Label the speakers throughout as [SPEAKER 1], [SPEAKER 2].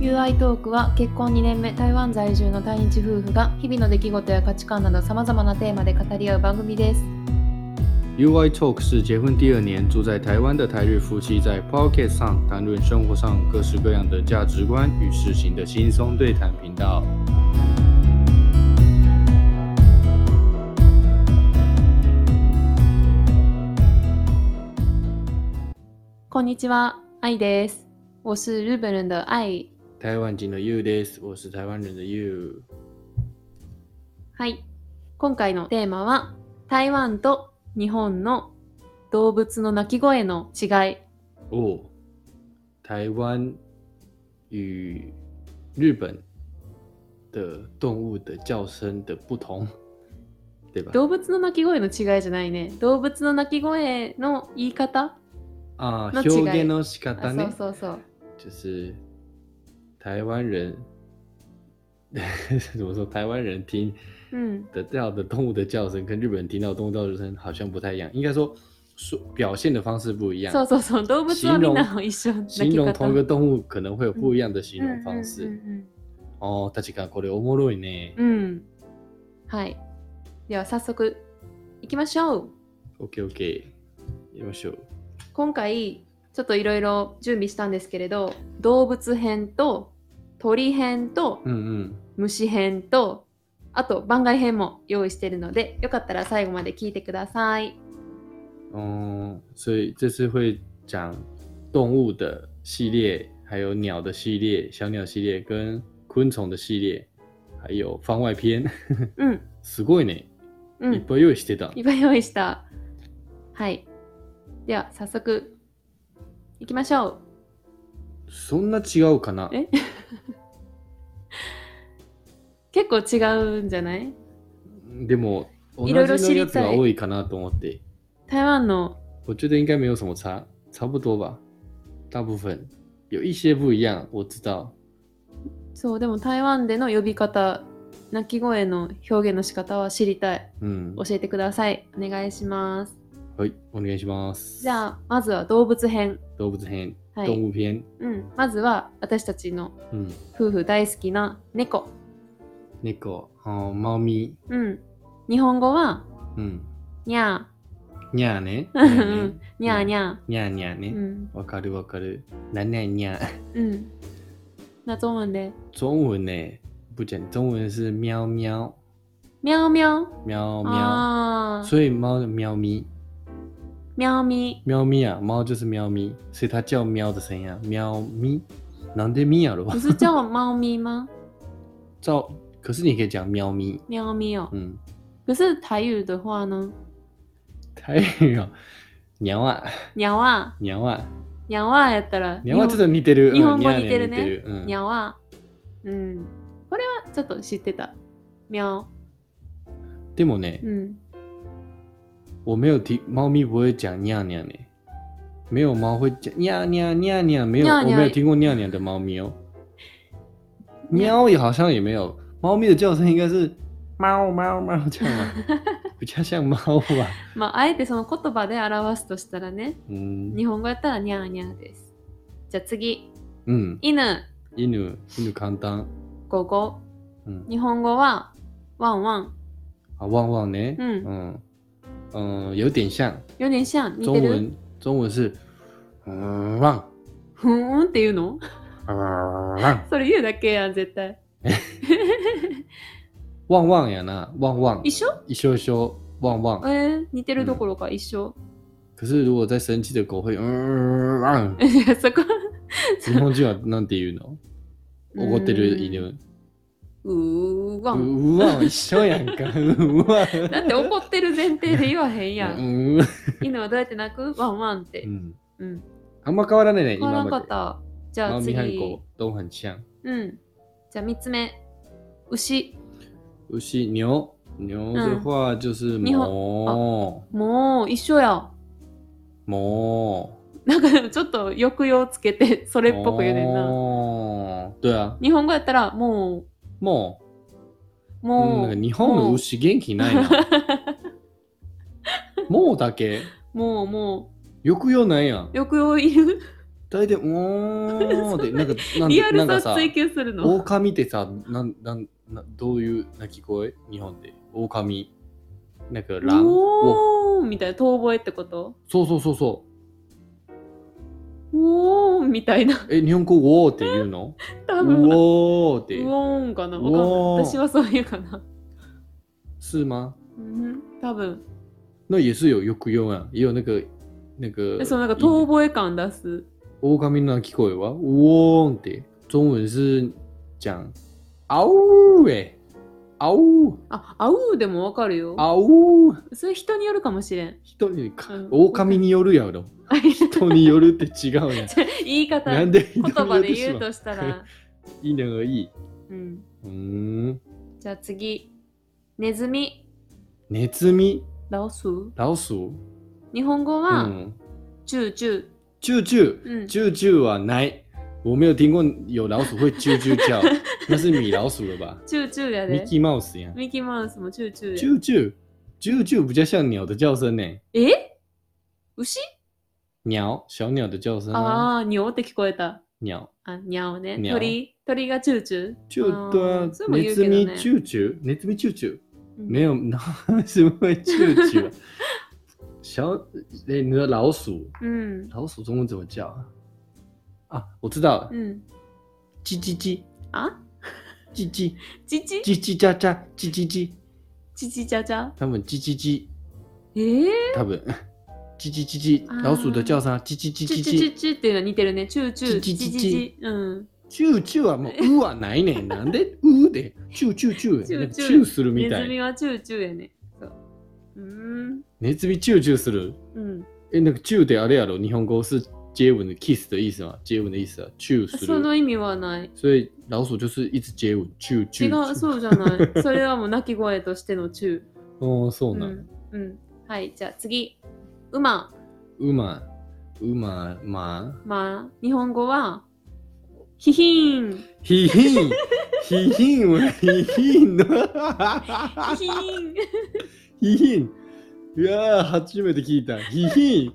[SPEAKER 1] QI トークは結婚2年目台湾在住の対日夫婦が日々の出来事や価値観などさまざまなテーマで語り合う番組です。
[SPEAKER 2] UI Talk 是结婚第二年住在台湾的台日夫妻在 Pocket 上谈论生活上各式各样的价值观与事情的轻松对谈频道。
[SPEAKER 1] こんにちは、愛です。我是日本人的愛。
[SPEAKER 2] 台湾人的 You です。我是台湾人的 You。
[SPEAKER 1] はい。今回のテーマは台湾と日本の動物の鳴き声の違い。
[SPEAKER 2] 哦，台湾与日本的动物的叫声的不同，对吧？
[SPEAKER 1] 動物の鳴き声の違いじゃないね。動物の鳴き声の言い方
[SPEAKER 2] 啊，
[SPEAKER 1] 那
[SPEAKER 2] 表
[SPEAKER 1] 違い
[SPEAKER 2] 現の仕方
[SPEAKER 1] あ
[SPEAKER 2] ね
[SPEAKER 1] そう。そうそう。
[SPEAKER 2] 就是台湾人， 怎么说？台湾人听
[SPEAKER 1] うん。
[SPEAKER 2] 得到的动物的叫声，跟日本人听到的动物叫声好像不太一样。应该说，说表现的方式不一样。
[SPEAKER 1] そうそうそう。動物はみんな一緒。
[SPEAKER 2] 形容
[SPEAKER 1] 鳴き方
[SPEAKER 2] 同一个动物可能会有不一样的形
[SPEAKER 1] 嗯
[SPEAKER 2] 容方
[SPEAKER 1] うん
[SPEAKER 2] 式。
[SPEAKER 1] うんうんうん嗯
[SPEAKER 2] 哦，確かにこれおもろいね。
[SPEAKER 1] うん。はい。では早速行きましょう。
[SPEAKER 2] OK OK，行きましょう。
[SPEAKER 1] 今回ちょっといろいろ準備したんですけれど、動物編と鳥編と
[SPEAKER 2] 嗯
[SPEAKER 1] 虫編とあと番外編も用意しているので、よかったら最後まで聞いてください。
[SPEAKER 2] 嗯嗯，所以这次会讲动物的系列，还有鸟的系列、小鸟系列跟昆虫的系列，还有番外篇。
[SPEAKER 1] うん。
[SPEAKER 2] すごいね。
[SPEAKER 1] うん。
[SPEAKER 2] いっぱい用意してた
[SPEAKER 1] い。っぱい用意した。はい。では早速行きましょう。
[SPEAKER 2] そんな違うかな？
[SPEAKER 1] え結構違うんじゃない
[SPEAKER 2] でも、同
[SPEAKER 1] い
[SPEAKER 2] じ
[SPEAKER 1] ろいろ
[SPEAKER 2] の
[SPEAKER 1] 知
[SPEAKER 2] や
[SPEAKER 1] り
[SPEAKER 2] つ
[SPEAKER 1] たい
[SPEAKER 2] が多いかなと思って。
[SPEAKER 1] 台湾の
[SPEAKER 2] 我觉得应该没有什么差，差不多吧。大部分有一些不一样，我知道。
[SPEAKER 1] そうでも台湾での呼び方鳴き声の表現の仕方は知りたい
[SPEAKER 2] 嗯，
[SPEAKER 1] 教えてくださいお願いします
[SPEAKER 2] はい、お願いします。
[SPEAKER 1] じゃあまずは動物編
[SPEAKER 2] 動物編、
[SPEAKER 1] は
[SPEAKER 2] 動
[SPEAKER 1] い、
[SPEAKER 2] 物編。
[SPEAKER 1] うん、まずは私たちの
[SPEAKER 2] 嗯，
[SPEAKER 1] 夫婦大好きな猫
[SPEAKER 2] 猫、哦，猫咪。
[SPEAKER 1] うん日本語は
[SPEAKER 2] 嗯，
[SPEAKER 1] にゃ
[SPEAKER 2] にゃーね。
[SPEAKER 1] ーうんにゃーにゃ
[SPEAKER 2] にゃーにゃー
[SPEAKER 1] ーう
[SPEAKER 2] ね。
[SPEAKER 1] ん
[SPEAKER 2] わかるわかる。なんなんにゃー。
[SPEAKER 1] うん那中文で
[SPEAKER 2] 中文呢不讲，中文是喵喵
[SPEAKER 1] みゃうみゃう
[SPEAKER 2] 喵喵，
[SPEAKER 1] あー
[SPEAKER 2] 所以猫的喵咪。
[SPEAKER 1] みゃう み
[SPEAKER 2] 喵咪啊，猫就是喵咪，所以它叫喵的声音啊，喵咪。なんで咪やろ
[SPEAKER 1] 不是叫猫咪吗？
[SPEAKER 2] 照，可是你可以讲喵咪，
[SPEAKER 1] 喵咪哦。
[SPEAKER 2] 嗯，
[SPEAKER 1] 可是台语的话呢？
[SPEAKER 2] 台语啊，鸟啊，
[SPEAKER 1] 鸟啊，
[SPEAKER 2] 鸟啊，
[SPEAKER 1] 鸟啊やったら。
[SPEAKER 2] 鸟啊，这种似てる，
[SPEAKER 1] 日本語
[SPEAKER 2] うん
[SPEAKER 1] 似てるね
[SPEAKER 2] にゃーにゃー似てる
[SPEAKER 1] にゃは、うん、これはちょっと知ってた。みゃお。
[SPEAKER 2] 嗯でもね
[SPEAKER 1] う，ん。
[SPEAKER 2] 我没有提，猫咪不会讲尿尿呢，没有猫会讲尿尿尿尿，没有，
[SPEAKER 1] 尿
[SPEAKER 2] 我
[SPEAKER 1] 尿
[SPEAKER 2] 没有听过尿尿的猫咪哦，喵也好像也没有，猫咪的叫声应该是猫猫猫这样吧，比较像猫吧，
[SPEAKER 1] まあ、あえてその言葉で表すとしたらね、
[SPEAKER 2] 嗯
[SPEAKER 1] 日本語やったらにゃーにゃーです。じゃあ次、
[SPEAKER 2] 嗯，
[SPEAKER 1] 犬、
[SPEAKER 2] 犬犬簡単，
[SPEAKER 1] ゴゴ。
[SPEAKER 2] 嗯。
[SPEAKER 1] 日本語は、ワンワン。
[SPEAKER 2] 啊，旺旺呢？
[SPEAKER 1] 嗯
[SPEAKER 2] 嗯嗯，有点像
[SPEAKER 1] 有点像、似
[SPEAKER 2] 中
[SPEAKER 1] てる。
[SPEAKER 2] 文，中文是嗯旺
[SPEAKER 1] ふーんっていうの
[SPEAKER 2] 嗯旺
[SPEAKER 1] それ言うだけやん、絶対。
[SPEAKER 2] 旺旺呀那旺旺
[SPEAKER 1] 一緒
[SPEAKER 2] 一咻咻旺
[SPEAKER 1] え
[SPEAKER 2] 旺。
[SPEAKER 1] ー、似てるどころか一緒。。
[SPEAKER 2] 可是如果在生气的狗会嗯旺
[SPEAKER 1] いやそこ、
[SPEAKER 2] 日本人はなんて言うの？ 怒ってる犬。
[SPEAKER 1] うーわん。
[SPEAKER 2] うわ一緒やんか。うわ。
[SPEAKER 1] だって怒ってる前提で言わへんやん。
[SPEAKER 2] うん
[SPEAKER 1] 犬はどうやって鳴くワンワンって。
[SPEAKER 2] う
[SPEAKER 1] うん。
[SPEAKER 2] ん。あんま変わらないね
[SPEAKER 1] 変わら
[SPEAKER 2] 今
[SPEAKER 1] なか
[SPEAKER 2] ま
[SPEAKER 1] っ
[SPEAKER 2] で。
[SPEAKER 1] た。じゃ
[SPEAKER 2] 猫
[SPEAKER 1] あ
[SPEAKER 2] 咪和
[SPEAKER 1] 次
[SPEAKER 2] 狗。都很像。
[SPEAKER 1] うん。じゃあ3つ目。牛。
[SPEAKER 2] 牛牛牛的话就是
[SPEAKER 1] 日本
[SPEAKER 2] 哞
[SPEAKER 1] もう一緒や。
[SPEAKER 2] 哞。
[SPEAKER 1] なんかちょっと抑揚つけて それっぽく言うねんな。
[SPEAKER 2] 哦，对啊，
[SPEAKER 1] 日本語やったらも
[SPEAKER 2] も
[SPEAKER 1] う、
[SPEAKER 2] う、うん、
[SPEAKER 1] も
[SPEAKER 2] なんか
[SPEAKER 1] う、
[SPEAKER 2] 日本の牛元気ない な。もうだけ
[SPEAKER 1] もう、も
[SPEAKER 2] 抑揚ないやん。
[SPEAKER 1] う、抑揚いる。
[SPEAKER 2] 大体「おー」でなんかな ん
[SPEAKER 1] リア
[SPEAKER 2] な
[SPEAKER 1] ルさ
[SPEAKER 2] んか
[SPEAKER 1] を
[SPEAKER 2] さ
[SPEAKER 1] 追求するの。
[SPEAKER 2] 狼ってさなんなんなどういう鳴き声日本で狼なんか狼を
[SPEAKER 1] おーみたいな遠吠えってこと
[SPEAKER 2] そうそうそうそ
[SPEAKER 1] おーみたいな
[SPEAKER 2] うえ日本語「ウォー」って言うの
[SPEAKER 1] 多
[SPEAKER 2] ウ
[SPEAKER 1] 分ウ
[SPEAKER 2] ォーって
[SPEAKER 1] ォーンかな
[SPEAKER 2] ウ
[SPEAKER 1] わ
[SPEAKER 2] ォ
[SPEAKER 1] かんない
[SPEAKER 2] ー
[SPEAKER 1] 私はそういうかな
[SPEAKER 2] 是吗？
[SPEAKER 1] うん多分
[SPEAKER 2] 那也是有有苦用啊，也有那个那个。
[SPEAKER 1] そうなんか遠吠え感出す
[SPEAKER 2] オオカミの鳴き声は喔って，中文是讲嗷呜哎，嗷呜
[SPEAKER 1] ああうーでもわかるよ
[SPEAKER 2] 嗷呜，
[SPEAKER 1] それ人によるかもしれん
[SPEAKER 2] 人にか
[SPEAKER 1] うん
[SPEAKER 2] オオカミによるやろ。人によるって違う やん。
[SPEAKER 1] 言い方
[SPEAKER 2] なんで
[SPEAKER 1] 言
[SPEAKER 2] 人によ
[SPEAKER 1] 葉
[SPEAKER 2] って
[SPEAKER 1] で
[SPEAKER 2] し
[SPEAKER 1] 言う
[SPEAKER 2] まう
[SPEAKER 1] としたら、
[SPEAKER 2] 一人而异。
[SPEAKER 1] うん、
[SPEAKER 2] うーん。
[SPEAKER 1] じゃあ次ネズミ
[SPEAKER 2] ネズミ、
[SPEAKER 1] ラオス
[SPEAKER 2] 老鼠。
[SPEAKER 1] 日本語
[SPEAKER 2] う
[SPEAKER 1] は、
[SPEAKER 2] ん。
[SPEAKER 1] チューチュー
[SPEAKER 2] 啾啾
[SPEAKER 1] 嗯
[SPEAKER 2] 啾啾はない。我没有听过有老鼠会啾啾叫， 那是米老鼠了吧？
[SPEAKER 1] チューチューや
[SPEAKER 2] ミ
[SPEAKER 1] で
[SPEAKER 2] ッキーマウスやん。
[SPEAKER 1] ミッキーマウスもチューチューや
[SPEAKER 2] 啾啾啾啾比较像鸟的叫声呢，
[SPEAKER 1] え牛
[SPEAKER 2] 鸟小鸟的叫声
[SPEAKER 1] あ
[SPEAKER 2] 啊，
[SPEAKER 1] あ、にょって聞こえた。
[SPEAKER 2] 鸟
[SPEAKER 1] あ、にゃおね。
[SPEAKER 2] にゃお
[SPEAKER 1] 鳥、鳥がチューチュー。
[SPEAKER 2] 就
[SPEAKER 1] あー
[SPEAKER 2] 对啊
[SPEAKER 1] そう，も
[SPEAKER 2] ネ
[SPEAKER 1] 言う
[SPEAKER 2] ズ
[SPEAKER 1] けど
[SPEAKER 2] ミ
[SPEAKER 1] ね
[SPEAKER 2] 啾啾，ネズミ啾啾，
[SPEAKER 1] うん
[SPEAKER 2] 没有，哪什么会啾 啾啊？小诶，你的老鼠，
[SPEAKER 1] うん。
[SPEAKER 2] 老鼠中文怎么叫啊？啊，我知道了，
[SPEAKER 1] うん。
[SPEAKER 2] 叽叽叽
[SPEAKER 1] あ
[SPEAKER 2] 叽叽
[SPEAKER 1] ちち
[SPEAKER 2] 叽叽喳喳叽叽叽，
[SPEAKER 1] ちちちゃちゃ。
[SPEAKER 2] 他们叽叽叽，
[SPEAKER 1] えー、
[SPEAKER 2] 他们 叽叽叽叽，
[SPEAKER 1] 啊
[SPEAKER 2] 老鼠的叫声啊叽叽叽
[SPEAKER 1] ち
[SPEAKER 2] 叽
[SPEAKER 1] ち
[SPEAKER 2] 叽
[SPEAKER 1] ち。ちっていうのは似てるね。チューチュー。
[SPEAKER 2] チ
[SPEAKER 1] ちち
[SPEAKER 2] チチ
[SPEAKER 1] ち
[SPEAKER 2] チ
[SPEAKER 1] ち。うん。
[SPEAKER 2] チューチューはもう、うはないねん。なんで うで、チューチューチュー。
[SPEAKER 1] チューチ
[SPEAKER 2] チ
[SPEAKER 1] ュー
[SPEAKER 2] ューするみ
[SPEAKER 1] ネ
[SPEAKER 2] た
[SPEAKER 1] ズ
[SPEAKER 2] い。
[SPEAKER 1] ミはチューチューやね。そう。うーん。
[SPEAKER 2] ネズミチューチューする。
[SPEAKER 1] うん。
[SPEAKER 2] え、なんかチューってあれやろ日本語是接吻的 kiss 的意思嘛接吻的意思啊。チューす
[SPEAKER 1] そ
[SPEAKER 2] る。
[SPEAKER 1] の意味はない。
[SPEAKER 2] 所以老鼠就是一直接吻。チューチ
[SPEAKER 1] 違
[SPEAKER 2] ュー。
[SPEAKER 1] う、そうじゃ ない。それはもう鳴き声としてのチュー。
[SPEAKER 2] う。ああ、そう
[SPEAKER 1] う
[SPEAKER 2] なん。
[SPEAKER 1] ん。うん。はい、じゃあ次。馬。
[SPEAKER 2] うま、うま、ま、
[SPEAKER 1] まあ、日本語は、ヒヒーン。
[SPEAKER 2] ひひん。ひひんはひひ
[SPEAKER 1] ヒ
[SPEAKER 2] ん。
[SPEAKER 1] ヒーン。
[SPEAKER 2] ひひん。いやー、初めて聞いた。ひひん。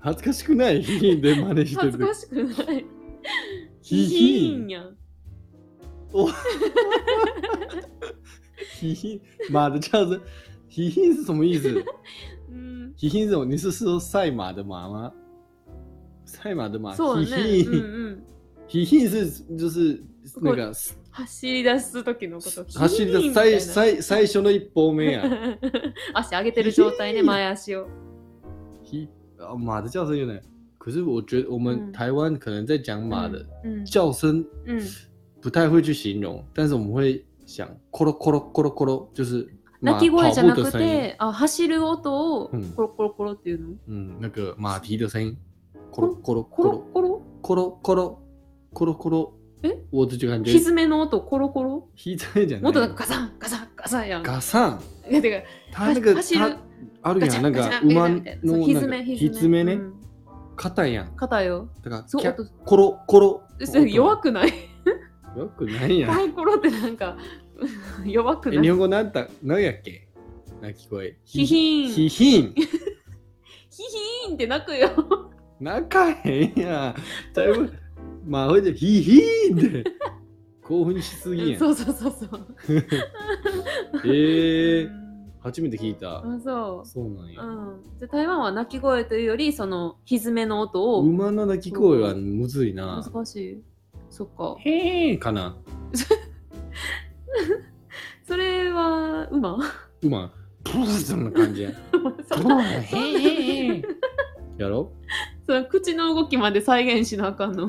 [SPEAKER 2] 恥ずかしくないひひんで真似して
[SPEAKER 1] 恥ず
[SPEAKER 2] る時。
[SPEAKER 1] かしくない。
[SPEAKER 2] ヒ
[SPEAKER 1] ヒ
[SPEAKER 2] ヒ
[SPEAKER 1] ヒ
[SPEAKER 2] ー
[SPEAKER 1] ー
[SPEAKER 2] ン
[SPEAKER 1] ンやん。
[SPEAKER 2] ヒヒ马的叫声，ヒヒ是什么意思？
[SPEAKER 1] うん。
[SPEAKER 2] ヒヒ是什么？你是说赛马的马吗？赛马的马，
[SPEAKER 1] そうね。
[SPEAKER 2] ヒ
[SPEAKER 1] うん
[SPEAKER 2] ヒ
[SPEAKER 1] うん。
[SPEAKER 2] ヒヒ是就是那个
[SPEAKER 1] 走り出す時のこと。
[SPEAKER 2] 走り出
[SPEAKER 1] ヒヒーン
[SPEAKER 2] す
[SPEAKER 1] みたい
[SPEAKER 2] 最
[SPEAKER 1] な
[SPEAKER 2] 最最初の一歩目や。
[SPEAKER 1] 足上げてる状態ね、
[SPEAKER 2] ヒヒーン
[SPEAKER 1] 前足を。
[SPEAKER 2] ヒ啊马的叫声有点，可是我觉得我们
[SPEAKER 1] 嗯
[SPEAKER 2] 台湾可能在讲马的
[SPEAKER 1] うん。
[SPEAKER 2] 叫声
[SPEAKER 1] うん。
[SPEAKER 2] 不太会去形容，但是我们会想コロコロコロコロ，就是马
[SPEAKER 1] 鳴き声じゃ
[SPEAKER 2] 跑
[SPEAKER 1] な
[SPEAKER 2] 步
[SPEAKER 1] く
[SPEAKER 2] 的声音，
[SPEAKER 1] て、あ走る音を
[SPEAKER 2] うん
[SPEAKER 1] コロコロコロっていうの。
[SPEAKER 2] 嗯，那个马蹄的声音，コロコロ
[SPEAKER 1] コ
[SPEAKER 2] コ
[SPEAKER 1] ロ
[SPEAKER 2] ロ。
[SPEAKER 1] コロ
[SPEAKER 2] コロコロコロコロ
[SPEAKER 1] え
[SPEAKER 2] 我的就感觉
[SPEAKER 1] ひずめの音、コロコロ。
[SPEAKER 2] 膝じゃない
[SPEAKER 1] もっとなんかガサンガサンガサンやん。
[SPEAKER 2] ガサン
[SPEAKER 1] え てか
[SPEAKER 2] 他那个
[SPEAKER 1] 走る
[SPEAKER 2] 他ある
[SPEAKER 1] ガ
[SPEAKER 2] や
[SPEAKER 1] チャ
[SPEAKER 2] ん
[SPEAKER 1] ン
[SPEAKER 2] なん
[SPEAKER 1] ガチ
[SPEAKER 2] か
[SPEAKER 1] ャン
[SPEAKER 2] 馬
[SPEAKER 1] みたいなそう
[SPEAKER 2] のなんか
[SPEAKER 1] ひ
[SPEAKER 2] 蹄
[SPEAKER 1] ずめ
[SPEAKER 2] ね、
[SPEAKER 1] うん
[SPEAKER 2] 肩やん
[SPEAKER 1] 肩よ。
[SPEAKER 2] だから
[SPEAKER 1] そう
[SPEAKER 2] キャ
[SPEAKER 1] 音
[SPEAKER 2] コロコロ
[SPEAKER 1] それ弱くない
[SPEAKER 2] 弱くないや
[SPEAKER 1] コ
[SPEAKER 2] ん
[SPEAKER 1] ロコロってなんか 弱く
[SPEAKER 2] え
[SPEAKER 1] な
[SPEAKER 2] 日
[SPEAKER 1] い
[SPEAKER 2] 本語なんたなんやっけ鳴き声
[SPEAKER 1] ヒヒーン
[SPEAKER 2] ヒヒン
[SPEAKER 1] ヒヒーンって泣くよ。
[SPEAKER 2] 泣かへんやんだいぶまあほいでヒヒンって興奮しすぎやん
[SPEAKER 1] そうそうそうそう。
[SPEAKER 2] えー
[SPEAKER 1] うん
[SPEAKER 2] 初めて聞いた
[SPEAKER 1] あそ
[SPEAKER 2] そうなんや
[SPEAKER 1] う。うん。で台湾は鳴き声というよりそのひずめの音を
[SPEAKER 2] 馬の鳴き声はむずいな
[SPEAKER 1] 難しい。そっか。
[SPEAKER 2] へーかな
[SPEAKER 1] それは馬
[SPEAKER 2] 今プルそんな感じや
[SPEAKER 1] そ
[SPEAKER 2] プ
[SPEAKER 1] んな
[SPEAKER 2] ルへーへーへーやろ
[SPEAKER 1] その口の動きまで再現しなあかん の。オ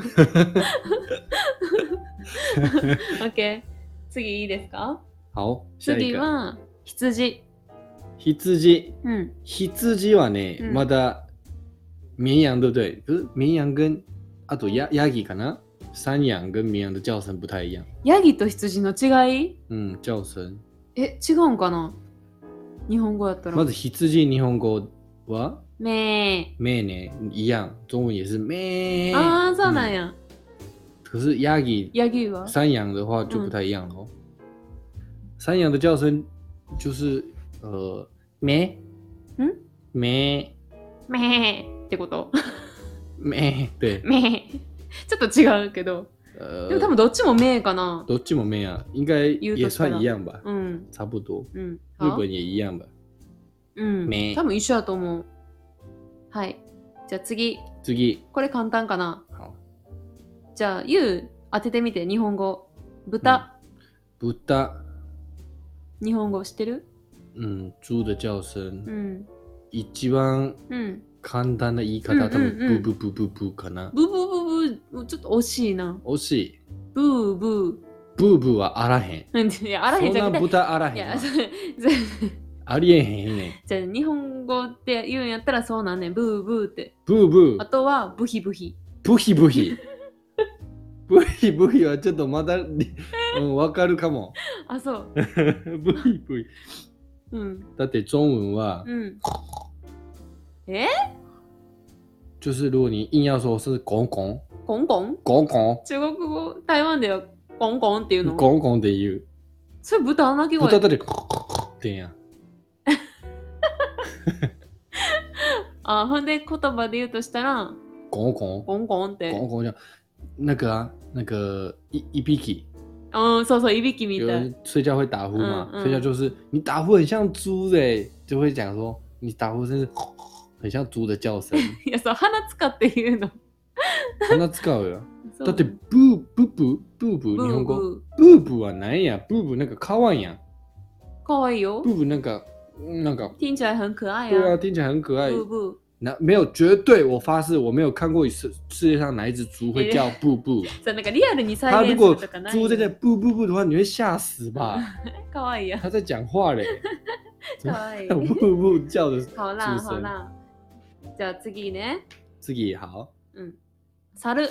[SPEAKER 1] ッケー。次いいですか
[SPEAKER 2] 好下一
[SPEAKER 1] 次
[SPEAKER 2] 个
[SPEAKER 1] は羊。
[SPEAKER 2] 羊
[SPEAKER 1] うん。
[SPEAKER 2] 羊はね、
[SPEAKER 1] うん
[SPEAKER 2] まだ绵羊对不对可是绵羊跟あとヤヤギかな山羊跟绵羊的叫声不太一样
[SPEAKER 1] ヤギと羊の違い
[SPEAKER 2] うん叫声
[SPEAKER 1] え、違うんかな日本語やったら。
[SPEAKER 2] まず羊日本語は
[SPEAKER 1] め
[SPEAKER 2] 咩ね一样中文也是咩
[SPEAKER 1] ー。ああ、そうなんや。
[SPEAKER 2] 可是ヤギ
[SPEAKER 1] ヤギは
[SPEAKER 2] 山羊的话就不太一样喽。山羊的叫声就是呃咩，
[SPEAKER 1] 嗯
[SPEAKER 2] 咩
[SPEAKER 1] めーってこと。
[SPEAKER 2] 咩 对，
[SPEAKER 1] めちょっと違うけど
[SPEAKER 2] 呃
[SPEAKER 1] でも多分どっちもめかな
[SPEAKER 2] どっちも咩啊，应该也算一样吧，
[SPEAKER 1] うん
[SPEAKER 2] 差不多，
[SPEAKER 1] うん
[SPEAKER 2] 日
[SPEAKER 1] 好
[SPEAKER 2] 本也一样吧。
[SPEAKER 1] うん
[SPEAKER 2] め
[SPEAKER 1] 多分一緒だと思うはいじゃあ次
[SPEAKER 2] 次，
[SPEAKER 1] これ簡単かな
[SPEAKER 2] 好，
[SPEAKER 1] じゃあ YOU 当ててみて日本語豚、
[SPEAKER 2] 豚，
[SPEAKER 1] 日本語知ってる
[SPEAKER 2] 嗯，猪的叫声
[SPEAKER 1] う，ん
[SPEAKER 2] 一番
[SPEAKER 1] うん
[SPEAKER 2] 簡単な言い方、多
[SPEAKER 1] うんうんう
[SPEAKER 2] 分
[SPEAKER 1] ん
[SPEAKER 2] ブブブブブかな。
[SPEAKER 1] ブーブーブーブーちょっと惜しいな
[SPEAKER 2] 惜しい。
[SPEAKER 1] ブーブ
[SPEAKER 2] ブーブーはあらへん。
[SPEAKER 1] ーいやあらへんじゃ
[SPEAKER 2] そん
[SPEAKER 1] な
[SPEAKER 2] な
[SPEAKER 1] くて
[SPEAKER 2] 豚あら
[SPEAKER 1] い
[SPEAKER 2] へん
[SPEAKER 1] や
[SPEAKER 2] わ
[SPEAKER 1] そ。れそれ
[SPEAKER 2] ありえへんねん。
[SPEAKER 1] じゃあ日本語って言うんやったらそうなんねんブーブーって
[SPEAKER 2] ブーブ
[SPEAKER 1] あ
[SPEAKER 2] ー、
[SPEAKER 1] とはブヒブヒ
[SPEAKER 2] ブヒブヒ。ブヒブヒはちょっとまだ、うん、わかるかも。
[SPEAKER 1] あそう
[SPEAKER 2] ブヒブヒ。
[SPEAKER 1] うん
[SPEAKER 2] だって中文は、
[SPEAKER 1] うん
[SPEAKER 2] 就是如果你硬要说是ゴンゴン、
[SPEAKER 1] コンコン
[SPEAKER 2] ゴンゴン、
[SPEAKER 1] 中国語台湾ではコンコンっていうの
[SPEAKER 2] ゴンゴンって言う。
[SPEAKER 1] それ豚の鳴き
[SPEAKER 2] 豚
[SPEAKER 1] 声
[SPEAKER 2] だってゴンゴンって言うやん。
[SPEAKER 1] あほんで言葉で言うとしたら
[SPEAKER 2] ゴンゴン、
[SPEAKER 1] コンコンって
[SPEAKER 2] ゴンゴンじゃん。那个啊，那个一一匹匹，
[SPEAKER 1] うんそうそういびきみ
[SPEAKER 2] 有
[SPEAKER 1] たい
[SPEAKER 2] 人睡觉会打呼嘛？
[SPEAKER 1] 嗯嗯
[SPEAKER 2] 睡觉就是你打呼很像猪的欸，就会讲说你打呼真是很像猪的叫声。
[SPEAKER 1] いやそう鼻使って言うの
[SPEAKER 2] 那使うよ。
[SPEAKER 1] そう
[SPEAKER 2] だってブーブーブーブーブ
[SPEAKER 1] ブ
[SPEAKER 2] ー日
[SPEAKER 1] ー
[SPEAKER 2] 本語
[SPEAKER 1] ブ
[SPEAKER 2] ブーブーはなんやブーブーなんか可愛いやん
[SPEAKER 1] ーかわいいよ
[SPEAKER 2] ブーブーなんかなんか
[SPEAKER 1] 听起来很可爱
[SPEAKER 2] 对啊
[SPEAKER 1] 呀
[SPEAKER 2] 听起来很可爱
[SPEAKER 1] ブーブ
[SPEAKER 2] 那没有绝对我发誓我没有看过世世界上哪一只猪会叫布 布
[SPEAKER 1] ーそうなんかリアルに再
[SPEAKER 2] 它如
[SPEAKER 1] 現すると
[SPEAKER 2] 果
[SPEAKER 1] かない
[SPEAKER 2] 猪在那布布布的话你会吓死吧
[SPEAKER 1] かわいいや
[SPEAKER 2] 它在讲话嘞
[SPEAKER 1] かわいい
[SPEAKER 2] 布布叫的
[SPEAKER 1] 好啦
[SPEAKER 2] 出声
[SPEAKER 1] 好啦じゃあ次ね
[SPEAKER 2] 自 己好
[SPEAKER 1] うん猿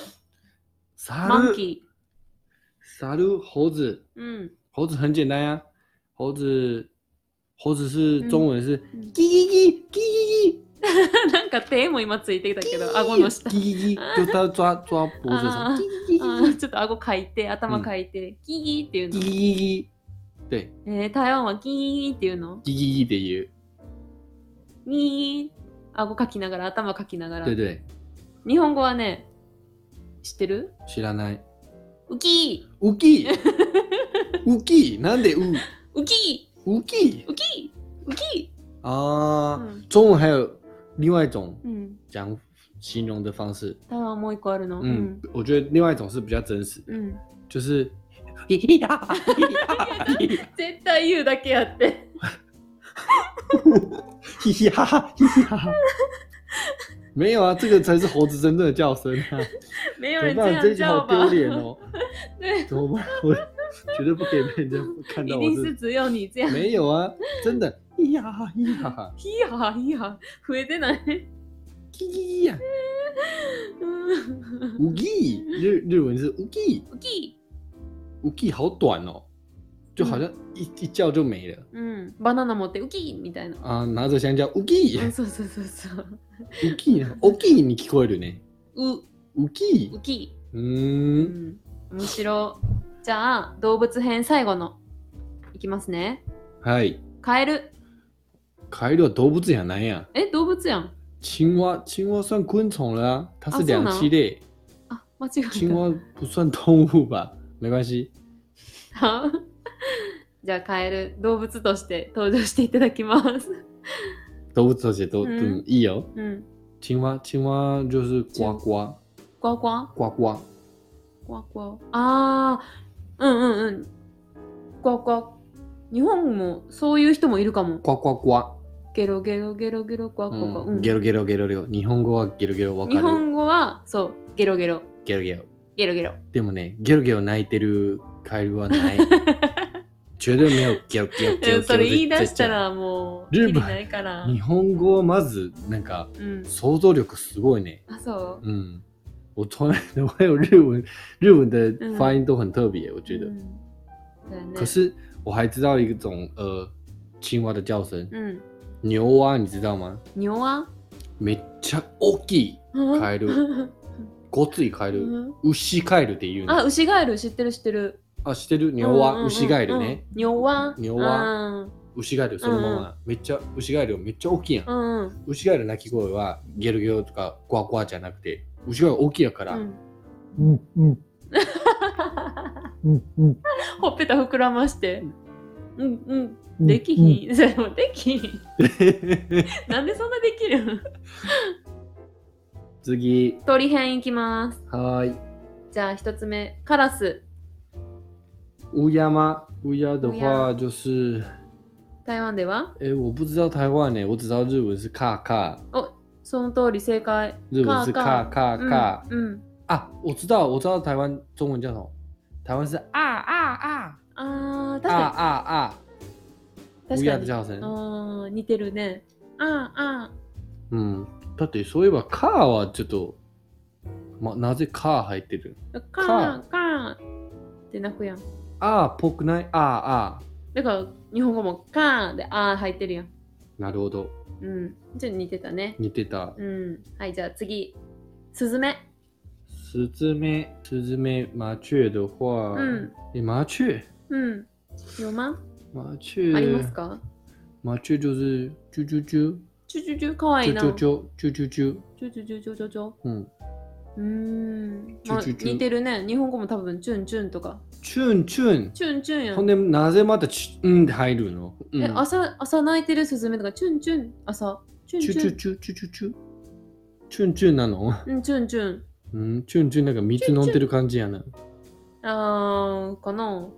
[SPEAKER 2] 猿
[SPEAKER 1] マンキ
[SPEAKER 2] 猿猴子
[SPEAKER 1] ーうん
[SPEAKER 2] 猴子很简单呀、猴子猴子是
[SPEAKER 1] 嗯
[SPEAKER 2] 中文是
[SPEAKER 1] 嗯
[SPEAKER 2] 叽叽叽叽叽叽
[SPEAKER 1] なんか手も今ついてきたけど、顎
[SPEAKER 2] 叽
[SPEAKER 1] の下。
[SPEAKER 2] 叽叽，就他抓抓脖子
[SPEAKER 1] 啊
[SPEAKER 2] 上，
[SPEAKER 1] 啊
[SPEAKER 2] 叽叽
[SPEAKER 1] あ
[SPEAKER 2] 叽
[SPEAKER 1] ーちょっと顎かいて、頭かいて、ギギーっていうの。
[SPEAKER 2] 叽叽叽叽，对，
[SPEAKER 1] えー、台湾はギギーっていうの。
[SPEAKER 2] 叽叽叽的也，
[SPEAKER 1] ギー。顎かきながら、頭かきながら
[SPEAKER 2] 对。对，
[SPEAKER 1] 日本語はね、知ってる
[SPEAKER 2] 知らない。
[SPEAKER 1] ウキ
[SPEAKER 2] ウキウキなんでウ
[SPEAKER 1] ーウキ
[SPEAKER 2] ウキ
[SPEAKER 1] ーウキーウキーう
[SPEAKER 2] 啊？
[SPEAKER 1] ん
[SPEAKER 2] 中文还有另外一种
[SPEAKER 1] うん。
[SPEAKER 2] 讲形容的方式，
[SPEAKER 1] 台湾はもう一個あるの。う
[SPEAKER 2] 嗯
[SPEAKER 1] ん。，
[SPEAKER 2] 我觉得另外一种是比较真实的，
[SPEAKER 1] うん、
[SPEAKER 2] 就是。
[SPEAKER 1] 絶対言うだけやって。
[SPEAKER 2] 嘻嘻哈哈，嘻嘻哈哈。没有啊，这个才是猴子真正的叫声啊！
[SPEAKER 1] 没有
[SPEAKER 2] 怎么
[SPEAKER 1] 人这
[SPEAKER 2] 办？这
[SPEAKER 1] 样
[SPEAKER 2] 一集
[SPEAKER 1] 叫
[SPEAKER 2] 好
[SPEAKER 1] 吧？
[SPEAKER 2] 丢脸哦！
[SPEAKER 1] 对，
[SPEAKER 2] 怎么办？我绝对不给被人家看
[SPEAKER 1] 一
[SPEAKER 2] 到我
[SPEAKER 1] 定是
[SPEAKER 2] 是
[SPEAKER 1] 只有你这样。
[SPEAKER 2] 没有啊，真的。咿呀哈咿呀哈，
[SPEAKER 1] いやいや、増えてない。
[SPEAKER 2] 叽叽呀，
[SPEAKER 1] うん
[SPEAKER 2] 乌鸡，日日文是乌鸡，
[SPEAKER 1] ウキ
[SPEAKER 2] 乌鸡好短哦，就好像一一叫就没了
[SPEAKER 1] ー、うん、バナナ持ってウキーみたいな。
[SPEAKER 2] 啊！拿着香蕉，乌鸡
[SPEAKER 1] う，ん、そうそうそうそう。
[SPEAKER 2] 乌鸡，乌鸡，你聞こえるね？
[SPEAKER 1] う、
[SPEAKER 2] 乌鸡，
[SPEAKER 1] ウキー。うん、
[SPEAKER 2] 嗯，
[SPEAKER 1] 面白い。じゃあ、動物編最後の。いきますね。
[SPEAKER 2] はい。
[SPEAKER 1] カエル。
[SPEAKER 2] カエルは動物やないやん。
[SPEAKER 1] え、動物やん。
[SPEAKER 2] 青蛙，青蛙算昆虫了啊，它是两栖类，
[SPEAKER 1] あ、間違えた。
[SPEAKER 2] 青蛙不算动物吧？没关系，
[SPEAKER 1] は じゃあ、カエル、動物として登場していただきます。
[SPEAKER 2] 动物这些都
[SPEAKER 1] 嗯
[SPEAKER 2] 嗯一有。
[SPEAKER 1] うん。
[SPEAKER 2] 青蛙，青蛙就是呱
[SPEAKER 1] 青
[SPEAKER 2] 呱
[SPEAKER 1] ゴワゴワ
[SPEAKER 2] 呱呱，
[SPEAKER 1] ゴワゴワ。あー、うんうんうん。ゴワゴワ。日本もそういう人もいるかも。
[SPEAKER 2] 呱呱呱。
[SPEAKER 1] ゲロゲロゲロゲロゴワゴワ。うん
[SPEAKER 2] ゲロゲロゲロゲロ。日本語はゲロゲロわか
[SPEAKER 1] 日
[SPEAKER 2] る。
[SPEAKER 1] 本語はそうゲロゲロ
[SPEAKER 2] ゲロゲロ。
[SPEAKER 1] ゲロゲロ
[SPEAKER 2] でもね、ゲロゲロ泣いてるカエルはない。绝对没有ゲロゲロゲロゲロ。
[SPEAKER 1] それ言い出した。らもう
[SPEAKER 2] ル
[SPEAKER 1] きり
[SPEAKER 2] ーバ
[SPEAKER 1] ないから
[SPEAKER 2] 日本語はまずなんか
[SPEAKER 1] うん
[SPEAKER 2] 想像力すごいね。
[SPEAKER 1] あそう
[SPEAKER 2] 嗯，我从来我还有日文，日文的
[SPEAKER 1] 嗯
[SPEAKER 2] 发音都很特别，我觉得
[SPEAKER 1] う。んだよね
[SPEAKER 2] 可是我还知道一种呃，青蛙的叫声，
[SPEAKER 1] うん
[SPEAKER 2] 牛蛙，你知道吗？
[SPEAKER 1] 尿 は
[SPEAKER 2] めっちゃ大きい、カエルごついカエル、牛カエルって言う
[SPEAKER 1] あ
[SPEAKER 2] の。
[SPEAKER 1] ウシガエル知ってる知ってる
[SPEAKER 2] あ、知ってる牛蛙、
[SPEAKER 1] うんうんうんうん
[SPEAKER 2] 牛ガエルね。
[SPEAKER 1] 尿は
[SPEAKER 2] 尿は
[SPEAKER 1] うん
[SPEAKER 2] 牛ガエルそのまま、めっちゃ牛ガエルめっちゃ大きいやん、
[SPEAKER 1] うんうん
[SPEAKER 2] 牛ガエルの鳴き声はゲルゲロとかゴワゴワじゃなくて牛ガエル大きいやから、
[SPEAKER 1] うん
[SPEAKER 2] うんうんうんうん
[SPEAKER 1] ほっぺた膨らましてうんうん
[SPEAKER 2] うん
[SPEAKER 1] できひん、それも できひんなんでそんなできるん
[SPEAKER 2] 次
[SPEAKER 1] 鳥編いきます
[SPEAKER 2] はーい
[SPEAKER 1] じゃあ一つ目カラス
[SPEAKER 2] 乌鸦吗？乌鸦的
[SPEAKER 1] 乌鸦
[SPEAKER 2] 话就是，
[SPEAKER 1] 台湾では
[SPEAKER 2] 哎、我不知道台湾呢、我只知道日文是卡卡，
[SPEAKER 1] その通り正解
[SPEAKER 2] 日文是
[SPEAKER 1] 卡
[SPEAKER 2] 卡卡卡、
[SPEAKER 1] うん、うん、
[SPEAKER 2] 啊！我知道，我知道台湾中文叫什么？台湾是啊啊啊
[SPEAKER 1] あー
[SPEAKER 2] 啊
[SPEAKER 1] 確か
[SPEAKER 2] 啊啊！
[SPEAKER 1] に
[SPEAKER 2] 乌
[SPEAKER 1] 確
[SPEAKER 2] 鸦
[SPEAKER 1] か
[SPEAKER 2] 比
[SPEAKER 1] に
[SPEAKER 2] 较好声。
[SPEAKER 1] あー似てるねあーあ
[SPEAKER 2] 嗯，だってそういえばカはちょっと、まなぜカ入ってる？
[SPEAKER 1] ーカーカーって鳴くやん
[SPEAKER 2] あーっぽくない？あーあ
[SPEAKER 1] だから日本語もカーであー入ってるやん
[SPEAKER 2] ー。なるほど。
[SPEAKER 1] うんちょっと似てたね
[SPEAKER 2] 似てた。
[SPEAKER 1] うんはいじゃあ次スズメ
[SPEAKER 2] スズメ、スズメ、麻雀的话，
[SPEAKER 1] うん
[SPEAKER 2] え、麻雀、
[SPEAKER 1] うん読まん
[SPEAKER 2] 麻雀
[SPEAKER 1] ありますか
[SPEAKER 2] 麻雀就是啾啾啾
[SPEAKER 1] ちょちょちょかわいい
[SPEAKER 2] 啾
[SPEAKER 1] な
[SPEAKER 2] 啾啾啾啾啾，
[SPEAKER 1] ちょちょちょちょちょちょ
[SPEAKER 2] 嗯，
[SPEAKER 1] うーん、
[SPEAKER 2] チュ
[SPEAKER 1] まあ、
[SPEAKER 2] ンチュンチュン
[SPEAKER 1] 似てるね日本語も多分チュンチュンとか
[SPEAKER 2] チュンチュン。
[SPEAKER 1] チュンチュンやん
[SPEAKER 2] ほんでなぜまたチュンって入るの？うん
[SPEAKER 1] え朝朝泣いてるスズメとかチュンチュン朝チュン
[SPEAKER 2] チ
[SPEAKER 1] チ
[SPEAKER 2] ュ
[SPEAKER 1] ュン
[SPEAKER 2] チュチュチュチュチュチュンチュンなの？
[SPEAKER 1] うんチュンチュン
[SPEAKER 2] うん、チュンチュンなんか水飲んでる感じやな。
[SPEAKER 1] あーかな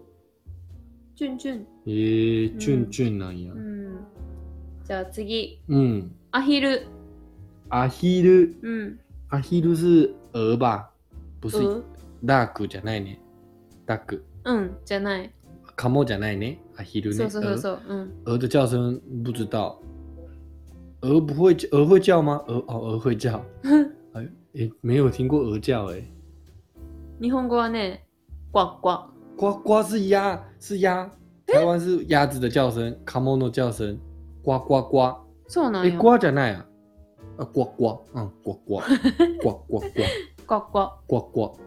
[SPEAKER 1] チュンチュン
[SPEAKER 2] えー、チュンチュンなんや
[SPEAKER 1] う。んじゃあ次
[SPEAKER 2] うん。
[SPEAKER 1] アヒル
[SPEAKER 2] アヒル、
[SPEAKER 1] うん
[SPEAKER 2] アヒル是鹅吧？不是
[SPEAKER 1] う
[SPEAKER 2] ダークじゃないね。ダーク。
[SPEAKER 1] うんじゃない
[SPEAKER 2] カモじゃないね。アヒルね。
[SPEAKER 1] そうそうそう
[SPEAKER 2] 鹅
[SPEAKER 1] そううん
[SPEAKER 2] 鹅的叫声不知道，鹅不会，鹅会叫吗？鹅哦，鹅会叫。哎，诶，没有听过鹅叫哎。
[SPEAKER 1] 日本語はね呱呱
[SPEAKER 2] 呱呱是鸭，是鸭。台湾是鸭子的叫声，卡莫诺叫声，呱呱呱。
[SPEAKER 1] そうな
[SPEAKER 2] 哎，
[SPEAKER 1] んよ
[SPEAKER 2] 呱讲那呀？啊，呱呱，嗯，呱呱，呱呱呱，
[SPEAKER 1] 呱呱
[SPEAKER 2] 呱呱。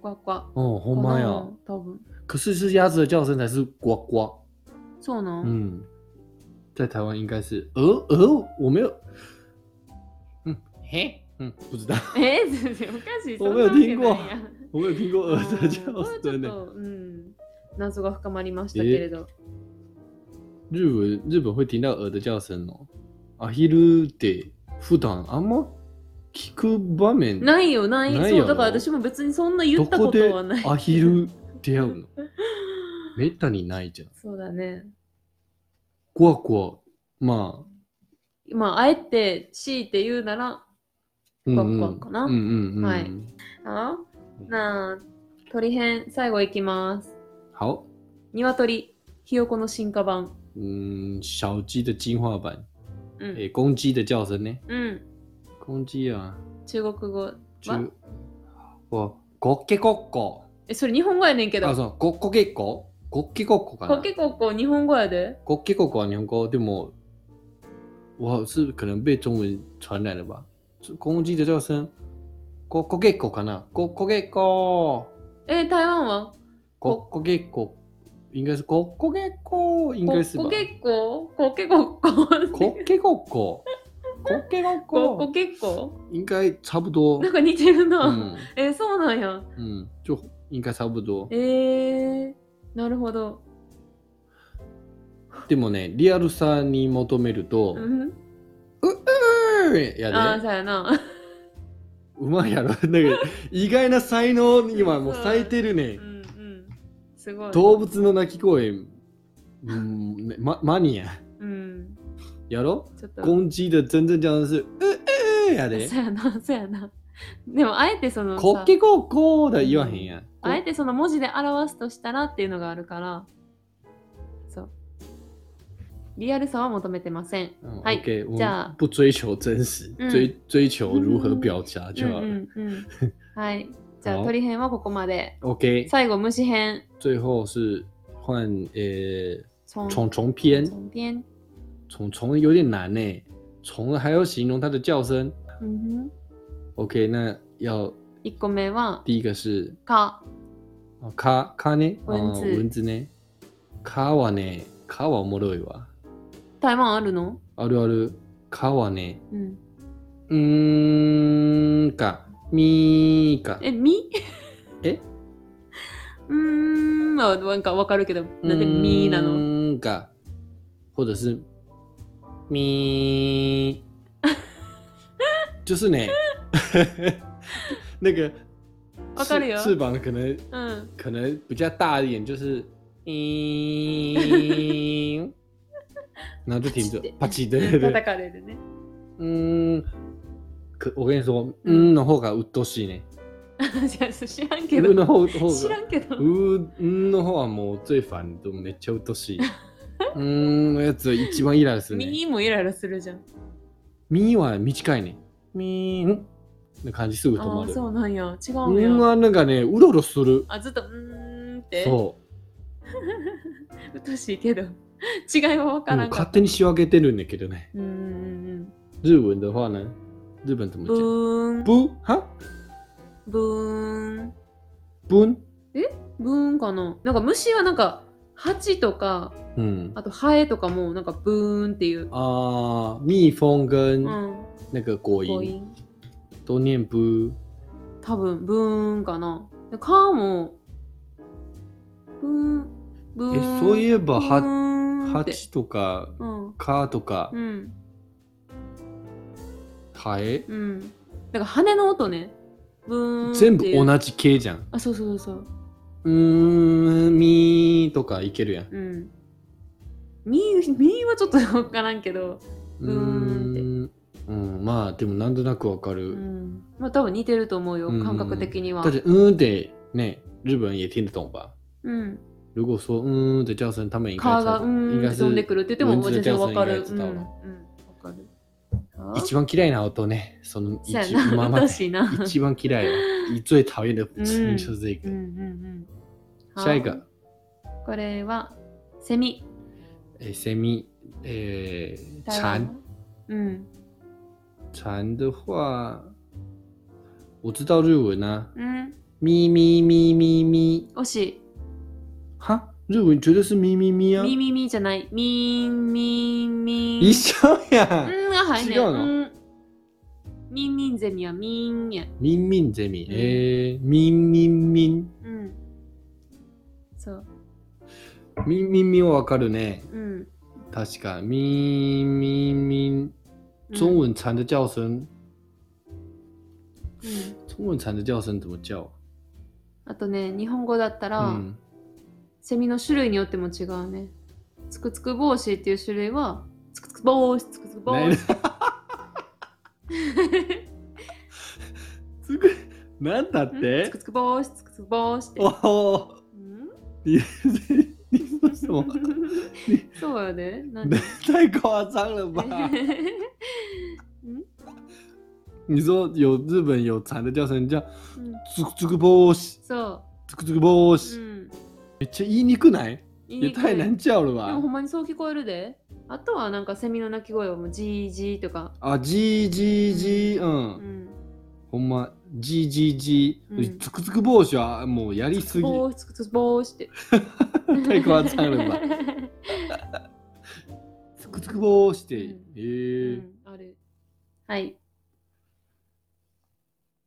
[SPEAKER 1] 呱呱
[SPEAKER 2] 哦，好妈呀！
[SPEAKER 1] 多分
[SPEAKER 2] 可是是鸭子的叫声才是呱呱。
[SPEAKER 1] そうなん、
[SPEAKER 2] 嗯，在台湾应该是鹅鹅，我没有。嗯，嘿，嗯，不知道。
[SPEAKER 1] えー、全然おかしい
[SPEAKER 2] 我没有听
[SPEAKER 1] そ
[SPEAKER 2] 过
[SPEAKER 1] んなわけないやん
[SPEAKER 2] 我有听过
[SPEAKER 1] う
[SPEAKER 2] 鹅
[SPEAKER 1] ん
[SPEAKER 2] 的
[SPEAKER 1] これは
[SPEAKER 2] 叫
[SPEAKER 1] ちょっ
[SPEAKER 2] 声呢。
[SPEAKER 1] と、うん、謎が深まりましたけれど、
[SPEAKER 2] 日文日本会听到鹅的叫声哦。アヒルって普段あんま聞く場面
[SPEAKER 1] ないよない
[SPEAKER 2] ない
[SPEAKER 1] そ
[SPEAKER 2] よ
[SPEAKER 1] うだから私も別にそんな言ったことはない
[SPEAKER 2] どこでアヒル出会う のめったにないじゃん。
[SPEAKER 1] そうだね
[SPEAKER 2] グワグワまあ
[SPEAKER 1] まああえて強いて言うなら
[SPEAKER 2] うんうん
[SPEAKER 1] グワグワかな
[SPEAKER 2] うんうんうん。
[SPEAKER 1] はいあなあ鳥編最後いきます
[SPEAKER 2] 好，
[SPEAKER 1] 鶏ひよこの進化版
[SPEAKER 2] 嗯，小鸡的进化版，
[SPEAKER 1] うん、
[SPEAKER 2] 诶，公鸡的叫声呢？
[SPEAKER 1] うん、
[SPEAKER 2] 公鸡啊，
[SPEAKER 1] 中国語
[SPEAKER 2] 就
[SPEAKER 1] は
[SPEAKER 2] 我国鸡国狗，
[SPEAKER 1] えそれ日本語やねんけど
[SPEAKER 2] あそう国国鸡狗国鸡国狗か
[SPEAKER 1] か
[SPEAKER 2] な？
[SPEAKER 1] けここ日本語やで
[SPEAKER 2] 国际国歌日本歌でも我是可能被中文传染了吧？是公鸡的叫声，国国际国かな？国国际国，
[SPEAKER 1] え台湾は
[SPEAKER 2] 国国际国，应该是国国际国，应该是吧
[SPEAKER 1] こ？けここけここ
[SPEAKER 2] 国际国歌，国际国
[SPEAKER 1] こ
[SPEAKER 2] 歌，
[SPEAKER 1] けこ
[SPEAKER 2] 应该差不多
[SPEAKER 1] な。んか似てるな、
[SPEAKER 2] 嗯
[SPEAKER 1] えそうなんや
[SPEAKER 2] 嗯，就应该差不多。
[SPEAKER 1] えー、なるほど。
[SPEAKER 2] でもね、リアルさに求めると、
[SPEAKER 1] うん、
[SPEAKER 2] うーやで。
[SPEAKER 1] ああ、そうやな。
[SPEAKER 2] うまいやろ。なんか 意外な才能に今もう咲いてる
[SPEAKER 1] う
[SPEAKER 2] ね
[SPEAKER 1] ん。うん。すごい。
[SPEAKER 2] 動物の鳴き声、うん、ねママニア。
[SPEAKER 1] うん。
[SPEAKER 2] やろ
[SPEAKER 1] ちょっと。
[SPEAKER 2] 公鸡的真正叫声是ううやで
[SPEAKER 1] そ。うやな、そうやな。でも、あえてそのさ
[SPEAKER 2] コッケコッコーだ言わへんやん。
[SPEAKER 1] あえてその文字で表すとしたらっていうのがあるから、そう。リアルさは求めてません。
[SPEAKER 2] 嗯
[SPEAKER 1] はい
[SPEAKER 2] OK，我
[SPEAKER 1] じ
[SPEAKER 2] 们
[SPEAKER 1] ゃあ
[SPEAKER 2] 不追求真实，
[SPEAKER 1] うん
[SPEAKER 2] 追追求如何表达
[SPEAKER 1] う
[SPEAKER 2] 就
[SPEAKER 1] ん
[SPEAKER 2] 好了。
[SPEAKER 1] うん うん。はい。じゃあ、
[SPEAKER 2] 好
[SPEAKER 1] 鳥編はここまで。
[SPEAKER 2] OK，
[SPEAKER 1] 最後、虫編。
[SPEAKER 2] 最后是换呃
[SPEAKER 1] 虫
[SPEAKER 2] 虫虫篇，
[SPEAKER 1] 虫編。
[SPEAKER 2] 虫虫有点难呢，虫还要形容它的叫声。
[SPEAKER 1] うんふん。
[SPEAKER 2] OK，那要
[SPEAKER 1] 1個目は、
[SPEAKER 2] 第一个是
[SPEAKER 1] か。
[SPEAKER 2] あか、かね。
[SPEAKER 1] 文字
[SPEAKER 2] あ文字ね。かはね、かはおもろいわ。
[SPEAKER 1] 台湾あるの
[SPEAKER 2] あるある。かはね、
[SPEAKER 1] うん。
[SPEAKER 2] うーんか、みーか。
[SPEAKER 1] え、み
[SPEAKER 2] え
[SPEAKER 1] うーん、まあ、なんかわかるけど、なんでみなの
[SPEAKER 2] うーんか，或者是 咪，就是呢， 那个
[SPEAKER 1] わかるよ
[SPEAKER 2] 翅翅膀可能
[SPEAKER 1] うん。
[SPEAKER 2] 可能比较大一点，就是咪，然后就 停住，啪叽，对对
[SPEAKER 1] 叩
[SPEAKER 2] 对，
[SPEAKER 1] かれるね。
[SPEAKER 2] 嗯，可我跟你说，嗯，の方がうっとうしいね，
[SPEAKER 1] じゃあ知らんけ
[SPEAKER 2] うん
[SPEAKER 1] ど。
[SPEAKER 2] の方方
[SPEAKER 1] 知
[SPEAKER 2] が
[SPEAKER 1] らんけど。
[SPEAKER 2] うーんの方はもう最煩とめっちゃうっとう しい。うーんのやつ一番イライラするね。
[SPEAKER 1] みもイライラするじゃん。
[SPEAKER 2] みーは短いね。みーんの感じすぐ止
[SPEAKER 1] あ
[SPEAKER 2] ま
[SPEAKER 1] あ、
[SPEAKER 2] る。
[SPEAKER 1] そうなんや。違
[SPEAKER 2] う
[SPEAKER 1] うん
[SPEAKER 2] ーん
[SPEAKER 1] や。
[SPEAKER 2] はなんかね、うろうろする。
[SPEAKER 1] あ、ずっとうーんって。。
[SPEAKER 2] そう
[SPEAKER 1] うっとうしいけど。 違いはわ
[SPEAKER 2] う。
[SPEAKER 1] か
[SPEAKER 2] も
[SPEAKER 1] ら
[SPEAKER 2] うん
[SPEAKER 1] かった。
[SPEAKER 2] 勝手に仕分けてるんだけどね。
[SPEAKER 1] うんうん
[SPEAKER 2] 日文的话呢、日本怎
[SPEAKER 1] うん。
[SPEAKER 2] 么
[SPEAKER 1] ブ
[SPEAKER 2] 讲？
[SPEAKER 1] ーン、
[SPEAKER 2] ぶは
[SPEAKER 1] ブーン、
[SPEAKER 2] ぶん
[SPEAKER 1] ブーンかな。なんか虫はなんか、蜂とか、
[SPEAKER 2] うん。
[SPEAKER 1] あとハエとかもなんかブーンっていう。
[SPEAKER 2] あー、蜜蜂跟
[SPEAKER 1] うん。
[SPEAKER 2] 那个
[SPEAKER 1] 母
[SPEAKER 2] 果蝇
[SPEAKER 1] 音。
[SPEAKER 2] 都念不。
[SPEAKER 1] 多分ブーンかな。で、カーも、ブーン、ブーン。
[SPEAKER 2] え、そういえば、
[SPEAKER 1] ブ
[SPEAKER 2] は、
[SPEAKER 1] ーンって
[SPEAKER 2] 蜂とか、
[SPEAKER 1] うん。
[SPEAKER 2] 蚊とか
[SPEAKER 1] う、ん。
[SPEAKER 2] ハエ
[SPEAKER 1] うん。だから羽の音ね。ブーンっていう。
[SPEAKER 2] 全部同じ系じゃん。
[SPEAKER 1] あ、そうそうそうそう。
[SPEAKER 2] うーん、みーとかいけるやん。
[SPEAKER 1] うん。みー、みーはちょっと分からんけど、うーん
[SPEAKER 2] うーんうん、まあでもなんとなくわかる。
[SPEAKER 1] うん。まあ多分似てると思うよ
[SPEAKER 2] うん、
[SPEAKER 1] 感覚的には
[SPEAKER 2] 但。是嗯得ね、日本人也听得懂吧？
[SPEAKER 1] うん。
[SPEAKER 2] 如果说嗯的叫声，他们应该
[SPEAKER 1] カーがうー
[SPEAKER 2] 应
[SPEAKER 1] ん
[SPEAKER 2] 该
[SPEAKER 1] って
[SPEAKER 2] 是
[SPEAKER 1] 飛んでくるって言っても、
[SPEAKER 2] 蚊
[SPEAKER 1] 全
[SPEAKER 2] 子
[SPEAKER 1] 然分かる。
[SPEAKER 2] 蚊
[SPEAKER 1] う
[SPEAKER 2] 子
[SPEAKER 1] ん。
[SPEAKER 2] の
[SPEAKER 1] う
[SPEAKER 2] やつ
[SPEAKER 1] ん
[SPEAKER 2] だわ
[SPEAKER 1] 分かる。
[SPEAKER 2] 一番嫌いな音ね，その一
[SPEAKER 1] そうやな、
[SPEAKER 2] 今
[SPEAKER 1] うっ
[SPEAKER 2] ま
[SPEAKER 1] とう
[SPEAKER 2] で
[SPEAKER 1] しい な。
[SPEAKER 2] 一番嫌いよ、你最讨厌的声音就是这
[SPEAKER 1] うん。
[SPEAKER 2] 个
[SPEAKER 1] うんうん。
[SPEAKER 2] 下一
[SPEAKER 1] 好
[SPEAKER 2] 个，
[SPEAKER 1] これは、セミ。
[SPEAKER 2] 诶，セミ，诶，
[SPEAKER 1] 台湾
[SPEAKER 2] 蝉，
[SPEAKER 1] うん。
[SPEAKER 2] 蝉的话，我知道日文啊，
[SPEAKER 1] うん。
[SPEAKER 2] 咪咪咪咪咪，
[SPEAKER 1] 惜しい。
[SPEAKER 2] 哈，日文绝对是咪咪咪啊，
[SPEAKER 1] みーみーみーじゃない。みーみーみー。
[SPEAKER 2] 一緒やん。
[SPEAKER 1] うんが入んね
[SPEAKER 2] 違
[SPEAKER 1] ん
[SPEAKER 2] うの
[SPEAKER 1] んミンミンゼミはミンや。
[SPEAKER 2] ミンミンゼミ
[SPEAKER 1] う。ん
[SPEAKER 2] えー、ミンミンミン。
[SPEAKER 1] うん。そう。
[SPEAKER 2] ミンミンミンはわかるね。
[SPEAKER 1] うん。
[SPEAKER 2] 確か。ミンミンミン。中文蝉的叫声，
[SPEAKER 1] うん、うん
[SPEAKER 2] 中文蝉的叫声怎么叫？
[SPEAKER 1] あとね、日本語だったら、
[SPEAKER 2] 嗯，
[SPEAKER 1] セミの種類によっても違うね。つくつく帽子っていう種類は、つくつく帽子、つくつく帽
[SPEAKER 2] な
[SPEAKER 1] 子。
[SPEAKER 2] い すごい。なんだっ
[SPEAKER 1] つ
[SPEAKER 2] て
[SPEAKER 1] く？つく帽子、つくつく帽子って。
[SPEAKER 2] おお。
[SPEAKER 1] うん
[SPEAKER 2] 你你说什么？
[SPEAKER 1] そうやで。何
[SPEAKER 2] 太夸张了吧？你说有日本有蝉的叫声叫
[SPEAKER 1] うん
[SPEAKER 2] つくつく帽子，
[SPEAKER 1] そ
[SPEAKER 2] つくつく帽
[SPEAKER 1] う。う
[SPEAKER 2] 子，
[SPEAKER 1] ん。
[SPEAKER 2] めっちゃ言いにくない？
[SPEAKER 1] 言い
[SPEAKER 2] 也
[SPEAKER 1] にく
[SPEAKER 2] 太
[SPEAKER 1] い
[SPEAKER 2] 难叫了
[SPEAKER 1] で
[SPEAKER 2] 吧
[SPEAKER 1] もほ？んまにそう聞こえるで。あとはなんかセミの鳴き声はもうジージーとか。
[SPEAKER 2] あ、じーじーじー、うん。
[SPEAKER 1] うん。
[SPEAKER 2] ほんま、GGG、
[SPEAKER 1] うん
[SPEAKER 2] つくつく帽子はもうやりすぎ。
[SPEAKER 1] ぼーしつくつぼーしって。
[SPEAKER 2] 太夸张 了吧？つくつく帽子って、え
[SPEAKER 1] うん
[SPEAKER 2] え
[SPEAKER 1] う
[SPEAKER 2] ー
[SPEAKER 1] ん、ある。はい。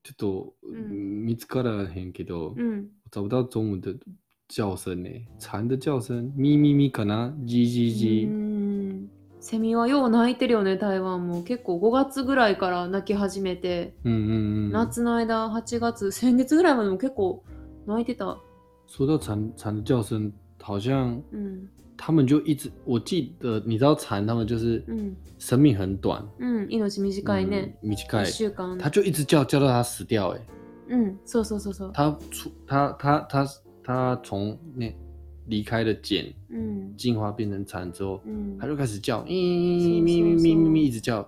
[SPEAKER 2] ちょっと、
[SPEAKER 1] ん
[SPEAKER 2] 見つからへんけど、
[SPEAKER 1] うん。
[SPEAKER 2] 找不到中文的叫声ね。蝉的叫声、ミミミかな
[SPEAKER 1] う
[SPEAKER 2] ?GGG。
[SPEAKER 1] んセミはよう鳴いてるよね、台湾も。結構5月ぐらいから鳴き始めて、
[SPEAKER 2] うんうんうん。
[SPEAKER 1] 夏の間8月、先月ぐらいまでも結構鳴いてた。
[SPEAKER 2] 说到蝉蝉的叫声，好像
[SPEAKER 1] うん。
[SPEAKER 2] 他们就一直，我记得你知道蝉，他们就是
[SPEAKER 1] うん。
[SPEAKER 2] 生命很短，
[SPEAKER 1] うん。命短いね。
[SPEAKER 2] 嗯短
[SPEAKER 1] 1
[SPEAKER 2] い，
[SPEAKER 1] 週間。
[SPEAKER 2] 他就一直叫叫到它死掉、欸，
[SPEAKER 1] うん。そうそうそうそう。
[SPEAKER 2] 他出他他他他从那离开了茧，
[SPEAKER 1] うん。
[SPEAKER 2] 进化变成蝉之后，
[SPEAKER 1] うん
[SPEAKER 2] 他就开始叫，咪咪咪咪咪咪，一直叫，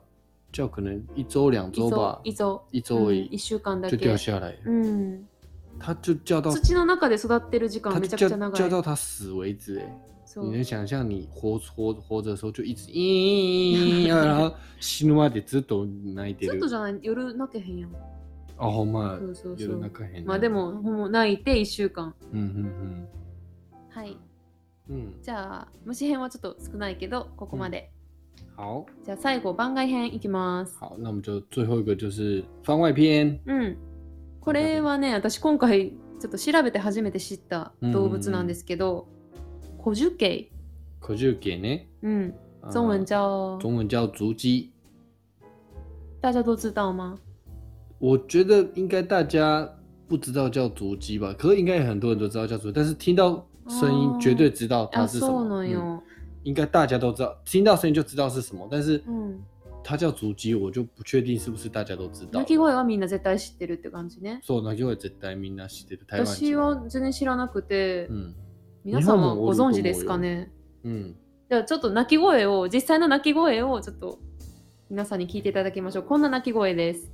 [SPEAKER 2] 叫可能一周两周吧，
[SPEAKER 1] いぞ。
[SPEAKER 2] 一嗯
[SPEAKER 1] いぞ
[SPEAKER 2] 周
[SPEAKER 1] う
[SPEAKER 2] 而
[SPEAKER 1] ん
[SPEAKER 2] 已
[SPEAKER 1] 一週間だ
[SPEAKER 2] 就
[SPEAKER 1] け。
[SPEAKER 2] 掉下来，
[SPEAKER 1] うん。
[SPEAKER 2] 他就叫到
[SPEAKER 1] 土の中で育ってる時間
[SPEAKER 2] 他
[SPEAKER 1] めち
[SPEAKER 2] 就
[SPEAKER 1] ゃく
[SPEAKER 2] 叫
[SPEAKER 1] ちゃ長
[SPEAKER 2] 叫
[SPEAKER 1] い。
[SPEAKER 2] 到他死为止，哎，
[SPEAKER 1] そう
[SPEAKER 2] 你能想象你活活活着的时候就一直咦， 然后死ぬまでずっと泣いて
[SPEAKER 1] ちょっと
[SPEAKER 2] る哦
[SPEAKER 1] じ。ゃない夜泣けへんやん。
[SPEAKER 2] あほんま
[SPEAKER 1] そうそうそ
[SPEAKER 2] 夜
[SPEAKER 1] う
[SPEAKER 2] 泣。かへん。
[SPEAKER 1] まあでも、もう泣いて1週間。
[SPEAKER 2] 啊うん
[SPEAKER 1] はい。
[SPEAKER 2] うんうんうん
[SPEAKER 1] じゃあ、虫編はちょっと少ないけど、ここまで。
[SPEAKER 2] 好
[SPEAKER 1] じゃあ最後番外編いきます。
[SPEAKER 2] 好，那我们就最后一个就是番外篇。
[SPEAKER 1] うん、これはね私今回ちょっと調べて初めて知った動物なんですけど、コジュケイ、
[SPEAKER 2] 可就给呢，
[SPEAKER 1] うん、
[SPEAKER 2] 呃
[SPEAKER 1] 中文叫，
[SPEAKER 2] 中文叫足鸡。
[SPEAKER 1] 大家都知道吗？
[SPEAKER 2] 我觉得应该大家不知道叫足鸡吧，可是应该很多人都知道叫足，但是听到声音
[SPEAKER 1] 哦啊
[SPEAKER 2] 绝对知道它
[SPEAKER 1] あ、
[SPEAKER 2] 是什
[SPEAKER 1] そうな
[SPEAKER 2] 么。
[SPEAKER 1] ん
[SPEAKER 2] 嗯
[SPEAKER 1] よ。
[SPEAKER 2] 应该大家都知道，听到声音就知道是什么，但是
[SPEAKER 1] うん、
[SPEAKER 2] 它叫足鸡，我就不确定是不是大家都知道
[SPEAKER 1] 鳴。き声はみんな絶対知ってるって感じね。
[SPEAKER 2] そう、鳴き声絶対みんな知ってる台湾
[SPEAKER 1] 私
[SPEAKER 2] 人。
[SPEAKER 1] は全然知らなくて、
[SPEAKER 2] 嗯
[SPEAKER 1] 皆さんはご存知ですかね
[SPEAKER 2] 嗯，
[SPEAKER 1] じゃあちょっと鳴き声を実際の鳴き声をちょっと皆さんに聞いていただきましょうこんな鳴き声です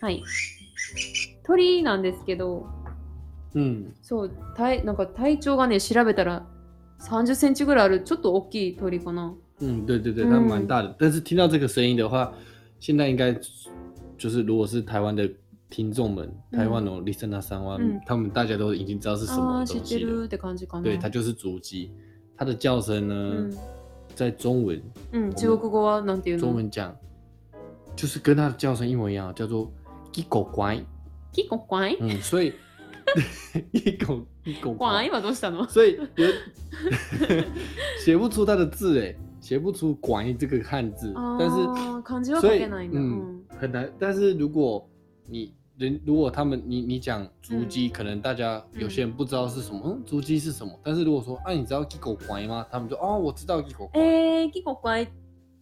[SPEAKER 1] はい鳥なんですけど
[SPEAKER 2] 嗯，
[SPEAKER 1] そう体なんか体長がね調べたら3 0ンチぐらいあるちょっと大きい鳥かな
[SPEAKER 2] 嗯，对对对，
[SPEAKER 1] 嗯
[SPEAKER 2] 它蛮大的。但是听到这个声音的话，现在应该就是如果是台湾的听众们，
[SPEAKER 1] 嗯
[SPEAKER 2] 台湾的 listener 三万，
[SPEAKER 1] 嗯
[SPEAKER 2] 他们大家都已经知道是什
[SPEAKER 1] あ
[SPEAKER 2] 么
[SPEAKER 1] ー知
[SPEAKER 2] 东
[SPEAKER 1] って
[SPEAKER 2] 西
[SPEAKER 1] る
[SPEAKER 2] 了
[SPEAKER 1] っ。て感じかな。
[SPEAKER 2] 对，它就是竹鸡。它的叫声呢，
[SPEAKER 1] 嗯
[SPEAKER 2] 在中文
[SPEAKER 1] うん、中国語はなんていう
[SPEAKER 2] 中
[SPEAKER 1] の
[SPEAKER 2] 文讲，就是跟它的叫声一模一样，叫做一狗乖。
[SPEAKER 1] キコ怖い
[SPEAKER 2] 嗯，所以一狗一狗
[SPEAKER 1] 怖い
[SPEAKER 2] 乖，
[SPEAKER 1] はどうしたの
[SPEAKER 2] 所以有 写不出它的字哎，写不出“乖”这个汉字，
[SPEAKER 1] 哦
[SPEAKER 2] 但是。
[SPEAKER 1] あー漢字は書けないんだ。う
[SPEAKER 2] 所以
[SPEAKER 1] ん
[SPEAKER 2] 很难。但是如果你人，如果他们你你讲足迹，可能大家有些人不知道是什么，嗯，足迹是什么。但是如果说啊，你知道 g i g o 乖吗？他们就哦，我知道 g i g o 乖。
[SPEAKER 1] えー、キコ怖い。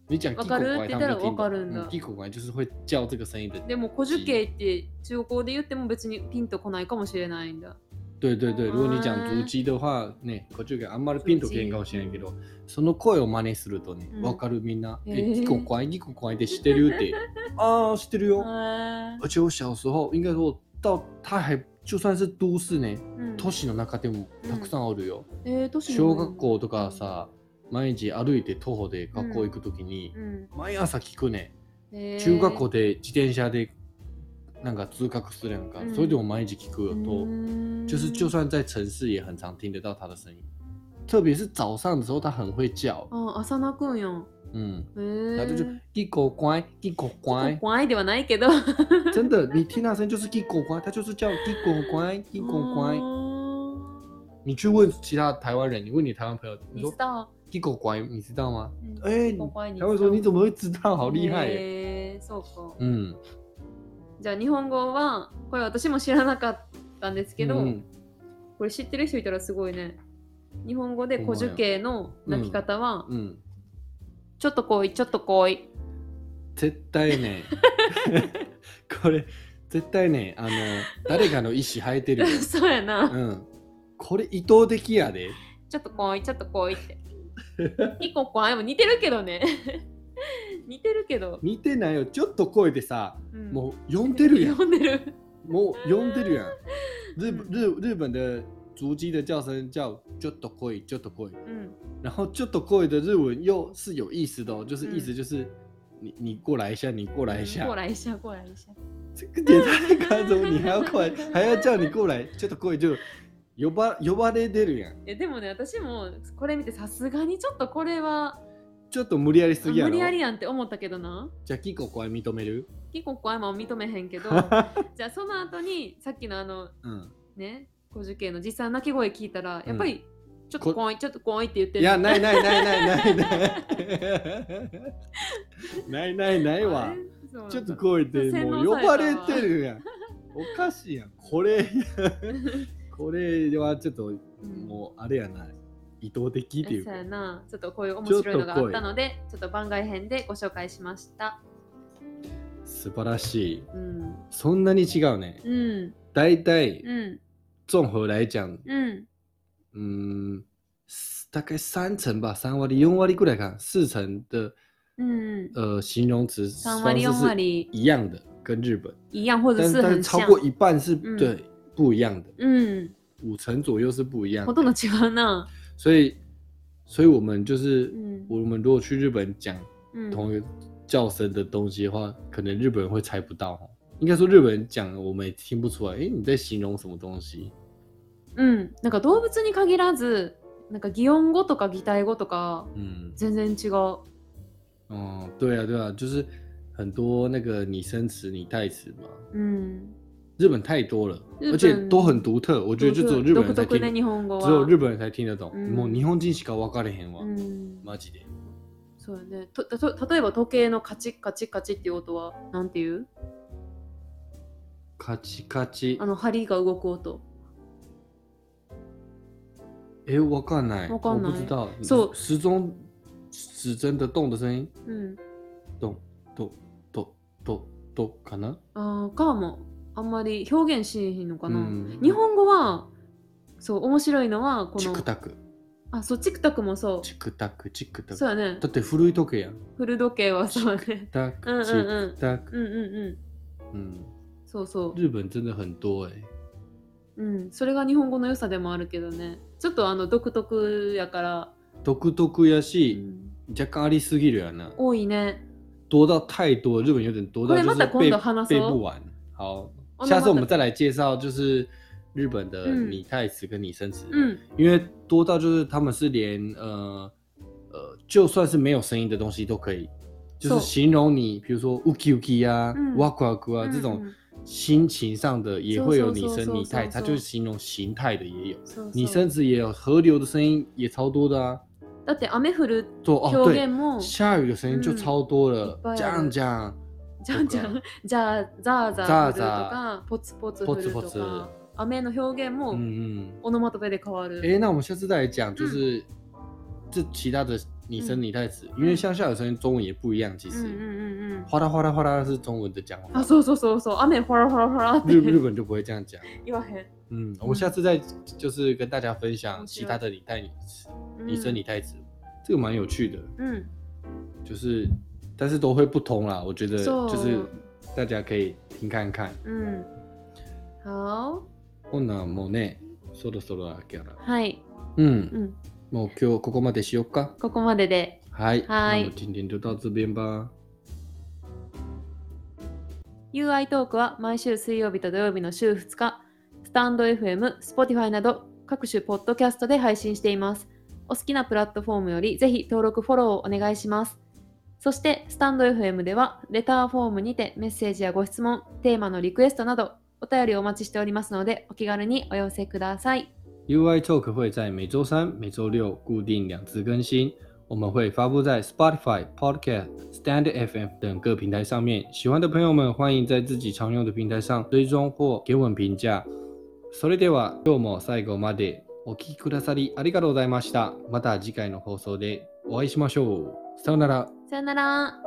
[SPEAKER 2] 你讲 g
[SPEAKER 1] わ
[SPEAKER 2] i g o
[SPEAKER 1] かる
[SPEAKER 2] 乖，他们就
[SPEAKER 1] って言ったら
[SPEAKER 2] 听嗯
[SPEAKER 1] わかるんだ
[SPEAKER 2] g i g o 乖就是会叫这个声音的。
[SPEAKER 1] でも、古樹系って中国語で言っても別にピンとこないかもしれないんだ。
[SPEAKER 2] 对对对，如果你讲
[SPEAKER 1] 啊
[SPEAKER 2] 足迹的话，ね、こっちがあんまりピンとけんかもしれないけど、その声を真似するとね
[SPEAKER 1] う、ん
[SPEAKER 2] わかるみんな。
[SPEAKER 1] へ
[SPEAKER 2] え、
[SPEAKER 1] ー
[SPEAKER 2] g i g o 乖 g i g o 乖でして るって。ああ、してるよ。
[SPEAKER 1] へー
[SPEAKER 2] 而且我小时候，应该说我到他还就算是都市呢，
[SPEAKER 1] うん
[SPEAKER 2] 都市の中でもたくさんあるよ。
[SPEAKER 1] えー、都市の
[SPEAKER 2] 小学校とかさ、毎日歩いて徒歩で学校行くときに、
[SPEAKER 1] うん
[SPEAKER 2] 毎朝聞くね。
[SPEAKER 1] えー
[SPEAKER 2] 中学校で自転車でなんか通学するやんか、
[SPEAKER 1] うん
[SPEAKER 2] それでも毎日聞くよと、
[SPEAKER 1] うん
[SPEAKER 2] 就是就算在城市也很常听得到它的声音。特别是早上的时候，它很会叫，
[SPEAKER 1] あ、朝泣くんやん。
[SPEAKER 2] 嗯，
[SPEAKER 1] えー、
[SPEAKER 2] 然后就就一狗乖，一狗乖
[SPEAKER 1] キコ，怖いではないけど。
[SPEAKER 2] 真的，你听它声音就是一狗乖，它就是叫一狗乖，一狗乖。
[SPEAKER 1] 哦
[SPEAKER 2] 你去问其他台湾人，你问你台湾朋友，你
[SPEAKER 1] 你
[SPEAKER 2] 说
[SPEAKER 1] 知道？
[SPEAKER 2] “鸡狗乖”，你知道吗？
[SPEAKER 1] 嗯
[SPEAKER 2] 哎、
[SPEAKER 1] キコ怖い
[SPEAKER 2] 他会说你怎么会知道？好厉害耶！
[SPEAKER 1] えー、そうか。
[SPEAKER 2] 嗯，
[SPEAKER 1] じゃあ日本語はこれ私も知らなかったんですけど、
[SPEAKER 2] 嗯
[SPEAKER 1] これ知ってる人いたらすごいね。日本語で
[SPEAKER 2] ほんま
[SPEAKER 1] 古
[SPEAKER 2] や
[SPEAKER 1] 樹形の鳴き方は、
[SPEAKER 2] 嗯，
[SPEAKER 1] ちょっと来い、ちょっと来い。
[SPEAKER 2] 絶対ね、 これ絶対ね、あの誰かの意思生えてるよ。
[SPEAKER 1] そうやな。
[SPEAKER 2] うん、これ意図的やで。
[SPEAKER 1] ちょっと来い、ちょっと来いって。キコ怖いも似てるけどね。 似てるけど。
[SPEAKER 2] 似てないよ。ちょっと声でさ、
[SPEAKER 1] うん
[SPEAKER 2] もう呼んでるやん。
[SPEAKER 1] 読んでる。
[SPEAKER 2] もう呼んでるやん。日日日本的足迹的叫声叫ちょっと来い、ちょっと来い。
[SPEAKER 1] うん。
[SPEAKER 2] 然后就都过的日文又是有意思的哦，就是意思就是、你你过来一下，你过来一下，
[SPEAKER 1] 过来一下、过来一下。
[SPEAKER 2] 这个点太夸张，你还要过来，还要叫你过来，就都过就呼ば呼ばれてるやん。
[SPEAKER 1] いやでもね、私もこれ見てさすがにちょっとこれは
[SPEAKER 2] ちょっと無理やりす
[SPEAKER 1] 無
[SPEAKER 2] ぎやろ。
[SPEAKER 1] 理やりやんって思ったけどな。
[SPEAKER 2] じゃあキコこれ認める？
[SPEAKER 1] 結構怖いもん認めへんけ どじゃあその後にさっきのあの
[SPEAKER 2] うん。
[SPEAKER 1] ね小樹系の実際の鳴き声聞いたらやっぱりちょっ
[SPEAKER 2] こと
[SPEAKER 1] 怖い、ちょっと怖いって言って
[SPEAKER 2] い
[SPEAKER 1] る
[SPEAKER 2] やないないないないないない。ないないない
[SPEAKER 1] あ
[SPEAKER 2] わ
[SPEAKER 1] れ。そう
[SPEAKER 2] ちょっとこいでもう呼ばれてるやん。おかしいやん。これこれはちょっと。
[SPEAKER 1] うん
[SPEAKER 2] もうあれやな、意図的っていう
[SPEAKER 1] そう
[SPEAKER 2] か
[SPEAKER 1] や。なちょっとこういう面白いのがあったのでちょっと番外編でご紹介しました
[SPEAKER 2] 素晴らしい。
[SPEAKER 1] うん
[SPEAKER 2] そんなに違うね。
[SPEAKER 1] うん
[SPEAKER 2] だいたい
[SPEAKER 1] うん
[SPEAKER 2] 综合来讲、
[SPEAKER 1] うん
[SPEAKER 2] 嗯，大概三成吧，三割、四割ぐらいかな、四成的
[SPEAKER 1] うん
[SPEAKER 2] 呃形容词
[SPEAKER 1] 3
[SPEAKER 2] 方
[SPEAKER 1] 割
[SPEAKER 2] 式
[SPEAKER 1] 4
[SPEAKER 2] 是
[SPEAKER 1] 割
[SPEAKER 2] 一样的，跟日本，
[SPEAKER 1] 一样或者
[SPEAKER 2] 但
[SPEAKER 1] 是
[SPEAKER 2] 但
[SPEAKER 1] 很
[SPEAKER 2] 是超
[SPEAKER 1] 像
[SPEAKER 2] 过一半是、
[SPEAKER 1] 嗯
[SPEAKER 2] 对不一样的，
[SPEAKER 1] うん
[SPEAKER 2] 五成左右是不一样
[SPEAKER 1] ほ
[SPEAKER 2] 的。
[SPEAKER 1] とんど違うな
[SPEAKER 2] 所以，所以我们就是、
[SPEAKER 1] うん
[SPEAKER 2] 我们如果去日本讲
[SPEAKER 1] うん
[SPEAKER 2] 同一个叫声的东西的话，可能日本人会猜不到哦。应该说日本人讲我们也听不出来，诶，你在形容什么东西？
[SPEAKER 1] うん、なんか動物に限らずなんか擬音語とか擬態語とか
[SPEAKER 2] 嗯，
[SPEAKER 1] 全然違う
[SPEAKER 2] 哦，对啊，对啊，就是很多那个拟声词、拟代词嘛，
[SPEAKER 1] うん
[SPEAKER 2] 日本太多了，
[SPEAKER 1] 日本
[SPEAKER 2] 而且都很独特，我觉得就只有日本
[SPEAKER 1] 独
[SPEAKER 2] 人才
[SPEAKER 1] 特ね日
[SPEAKER 2] 听，
[SPEAKER 1] 本語は
[SPEAKER 2] 只有日本人才听得懂。
[SPEAKER 1] 嗯
[SPEAKER 2] もう日本人しかわかれへんわ
[SPEAKER 1] う。ん
[SPEAKER 2] マジで。
[SPEAKER 1] そうやねとと例えば時計のカチッカチッカチッっていう音はなんていう
[SPEAKER 2] カチカチ
[SPEAKER 1] あ。の針が動く音
[SPEAKER 2] 诶，わかんない，
[SPEAKER 1] わかんない
[SPEAKER 2] 我不知道。
[SPEAKER 1] そう
[SPEAKER 2] 时钟指针的动的声音，
[SPEAKER 1] うん
[SPEAKER 2] 动动动动动，かな？
[SPEAKER 1] あーかもあんまり表現しへんのかな、
[SPEAKER 2] うん
[SPEAKER 1] 日本語はそう面白いのはこ
[SPEAKER 2] チク
[SPEAKER 1] の
[SPEAKER 2] タク、
[SPEAKER 1] あそうチクタクもそ
[SPEAKER 2] チクタク、チク
[SPEAKER 1] う
[SPEAKER 2] タ
[SPEAKER 1] そ
[SPEAKER 2] ク。
[SPEAKER 1] うやね
[SPEAKER 2] だって古い時計やん。
[SPEAKER 1] 古時計はそうやね
[SPEAKER 2] タ
[SPEAKER 1] うんう
[SPEAKER 2] ク、
[SPEAKER 1] ん
[SPEAKER 2] チクタク。
[SPEAKER 1] うんうんうん
[SPEAKER 2] 嗯，
[SPEAKER 1] そうそう
[SPEAKER 2] 日本真的很多诶。
[SPEAKER 1] うん、それが日本語の良さでもあるけどねちょっとあの独特やから、
[SPEAKER 2] 独特や
[SPEAKER 1] う
[SPEAKER 2] し、
[SPEAKER 1] ん
[SPEAKER 2] 若干ありすぎるやな。
[SPEAKER 1] 多いね
[SPEAKER 2] 多到太多，日本有点多
[SPEAKER 1] こ
[SPEAKER 2] 到
[SPEAKER 1] れ
[SPEAKER 2] 就
[SPEAKER 1] ますた今
[SPEAKER 2] 背
[SPEAKER 1] 度話
[SPEAKER 2] 背
[SPEAKER 1] そ
[SPEAKER 2] 不
[SPEAKER 1] う
[SPEAKER 2] 完。好，
[SPEAKER 1] 哦
[SPEAKER 2] 下次
[SPEAKER 1] 那
[SPEAKER 2] 我
[SPEAKER 1] 么
[SPEAKER 2] 们再来介绍就是日本的
[SPEAKER 1] 嗯
[SPEAKER 2] 拟态词跟拟声词，
[SPEAKER 1] うん
[SPEAKER 2] 因为多到就是他们是连呃呃，就算是没有声音的东西都可以，就是
[SPEAKER 1] そう
[SPEAKER 2] 形容你，比如说 uki uki 啊、
[SPEAKER 1] 嗯
[SPEAKER 2] waku waku 啊
[SPEAKER 1] うん
[SPEAKER 2] 这
[SPEAKER 1] う
[SPEAKER 2] 种
[SPEAKER 1] ん
[SPEAKER 2] 心情上的也会有拟
[SPEAKER 1] 嗖嗖嗖
[SPEAKER 2] 声拟
[SPEAKER 1] 嗖
[SPEAKER 2] 态，
[SPEAKER 1] 嗖
[SPEAKER 2] 它就是形容形态的也有，
[SPEAKER 1] そうそう
[SPEAKER 2] 拟声词也有，河流的声音也超多的啊。
[SPEAKER 1] だって雨降る
[SPEAKER 2] 做哦
[SPEAKER 1] 表
[SPEAKER 2] 对
[SPEAKER 1] 現，も、
[SPEAKER 2] 下雨的声音就
[SPEAKER 1] 嗯
[SPEAKER 2] 超多了
[SPEAKER 1] いっぱいあ，る
[SPEAKER 2] 这样讲。
[SPEAKER 1] じゃんじゃんじゃあザーザー降るとかポツポツ降るとか
[SPEAKER 2] ポツポツ
[SPEAKER 1] 雨の表現も
[SPEAKER 2] 嗯嗯，
[SPEAKER 1] オノマトペで変わる、
[SPEAKER 2] 哎、那我们下次再来讲，
[SPEAKER 1] 嗯
[SPEAKER 2] 就是这其他的拟声拟代词，因为像下雨声音中文也不一样，其
[SPEAKER 1] うんうん
[SPEAKER 2] 实
[SPEAKER 1] うんうん
[SPEAKER 2] 哗啦哗啦哗啦是中文的讲法
[SPEAKER 1] あ，そうそうそうそう雨ほらほらほらって
[SPEAKER 2] 日日本就不会这样讲。
[SPEAKER 1] 言わへん
[SPEAKER 2] 嗯，我们下次再就是跟大家分享
[SPEAKER 1] 嗯
[SPEAKER 2] 其他的拟代词、
[SPEAKER 1] うん
[SPEAKER 2] 拟声拟代词，这个蛮有趣的，
[SPEAKER 1] うん
[SPEAKER 2] 就是但是都会不同啦，我觉得
[SPEAKER 1] そう
[SPEAKER 2] 就是大家可以听看看。
[SPEAKER 1] うんは
[SPEAKER 2] ほなもうね、そろそろだけどな。
[SPEAKER 1] ーはい、
[SPEAKER 2] 嗯，
[SPEAKER 1] うん、
[SPEAKER 2] もう今日ここまでしようか。
[SPEAKER 1] ここまでで
[SPEAKER 2] 嗨，
[SPEAKER 1] 嗨
[SPEAKER 2] 那我今天就到这边吧。
[SPEAKER 1] UI トークは毎週水曜日と土曜日の週2日、スタンド FM、Spotify など各種ポッドキャストで配信しています。お好きなプラットフォームよりぜひ登録フォローをお願いします。そして、スタンド FM ではレターフォームにてメッセージやご質問、テーマのリクエストなどお便りをお待ちしておりますのでお気軽にお寄せください。
[SPEAKER 2] UI Talk 会在每周三、每周六固定两次更新，我们会发布在 Spotify、Podcast、Stand FM 等各平台上面。喜欢的朋友们，欢迎在自己常用的平台上追踪或给我们评价。それでは今日も最後までお聞きくださりありがとうございました。また次回の放送でお会いしましょう。さようなら。
[SPEAKER 1] さよなら。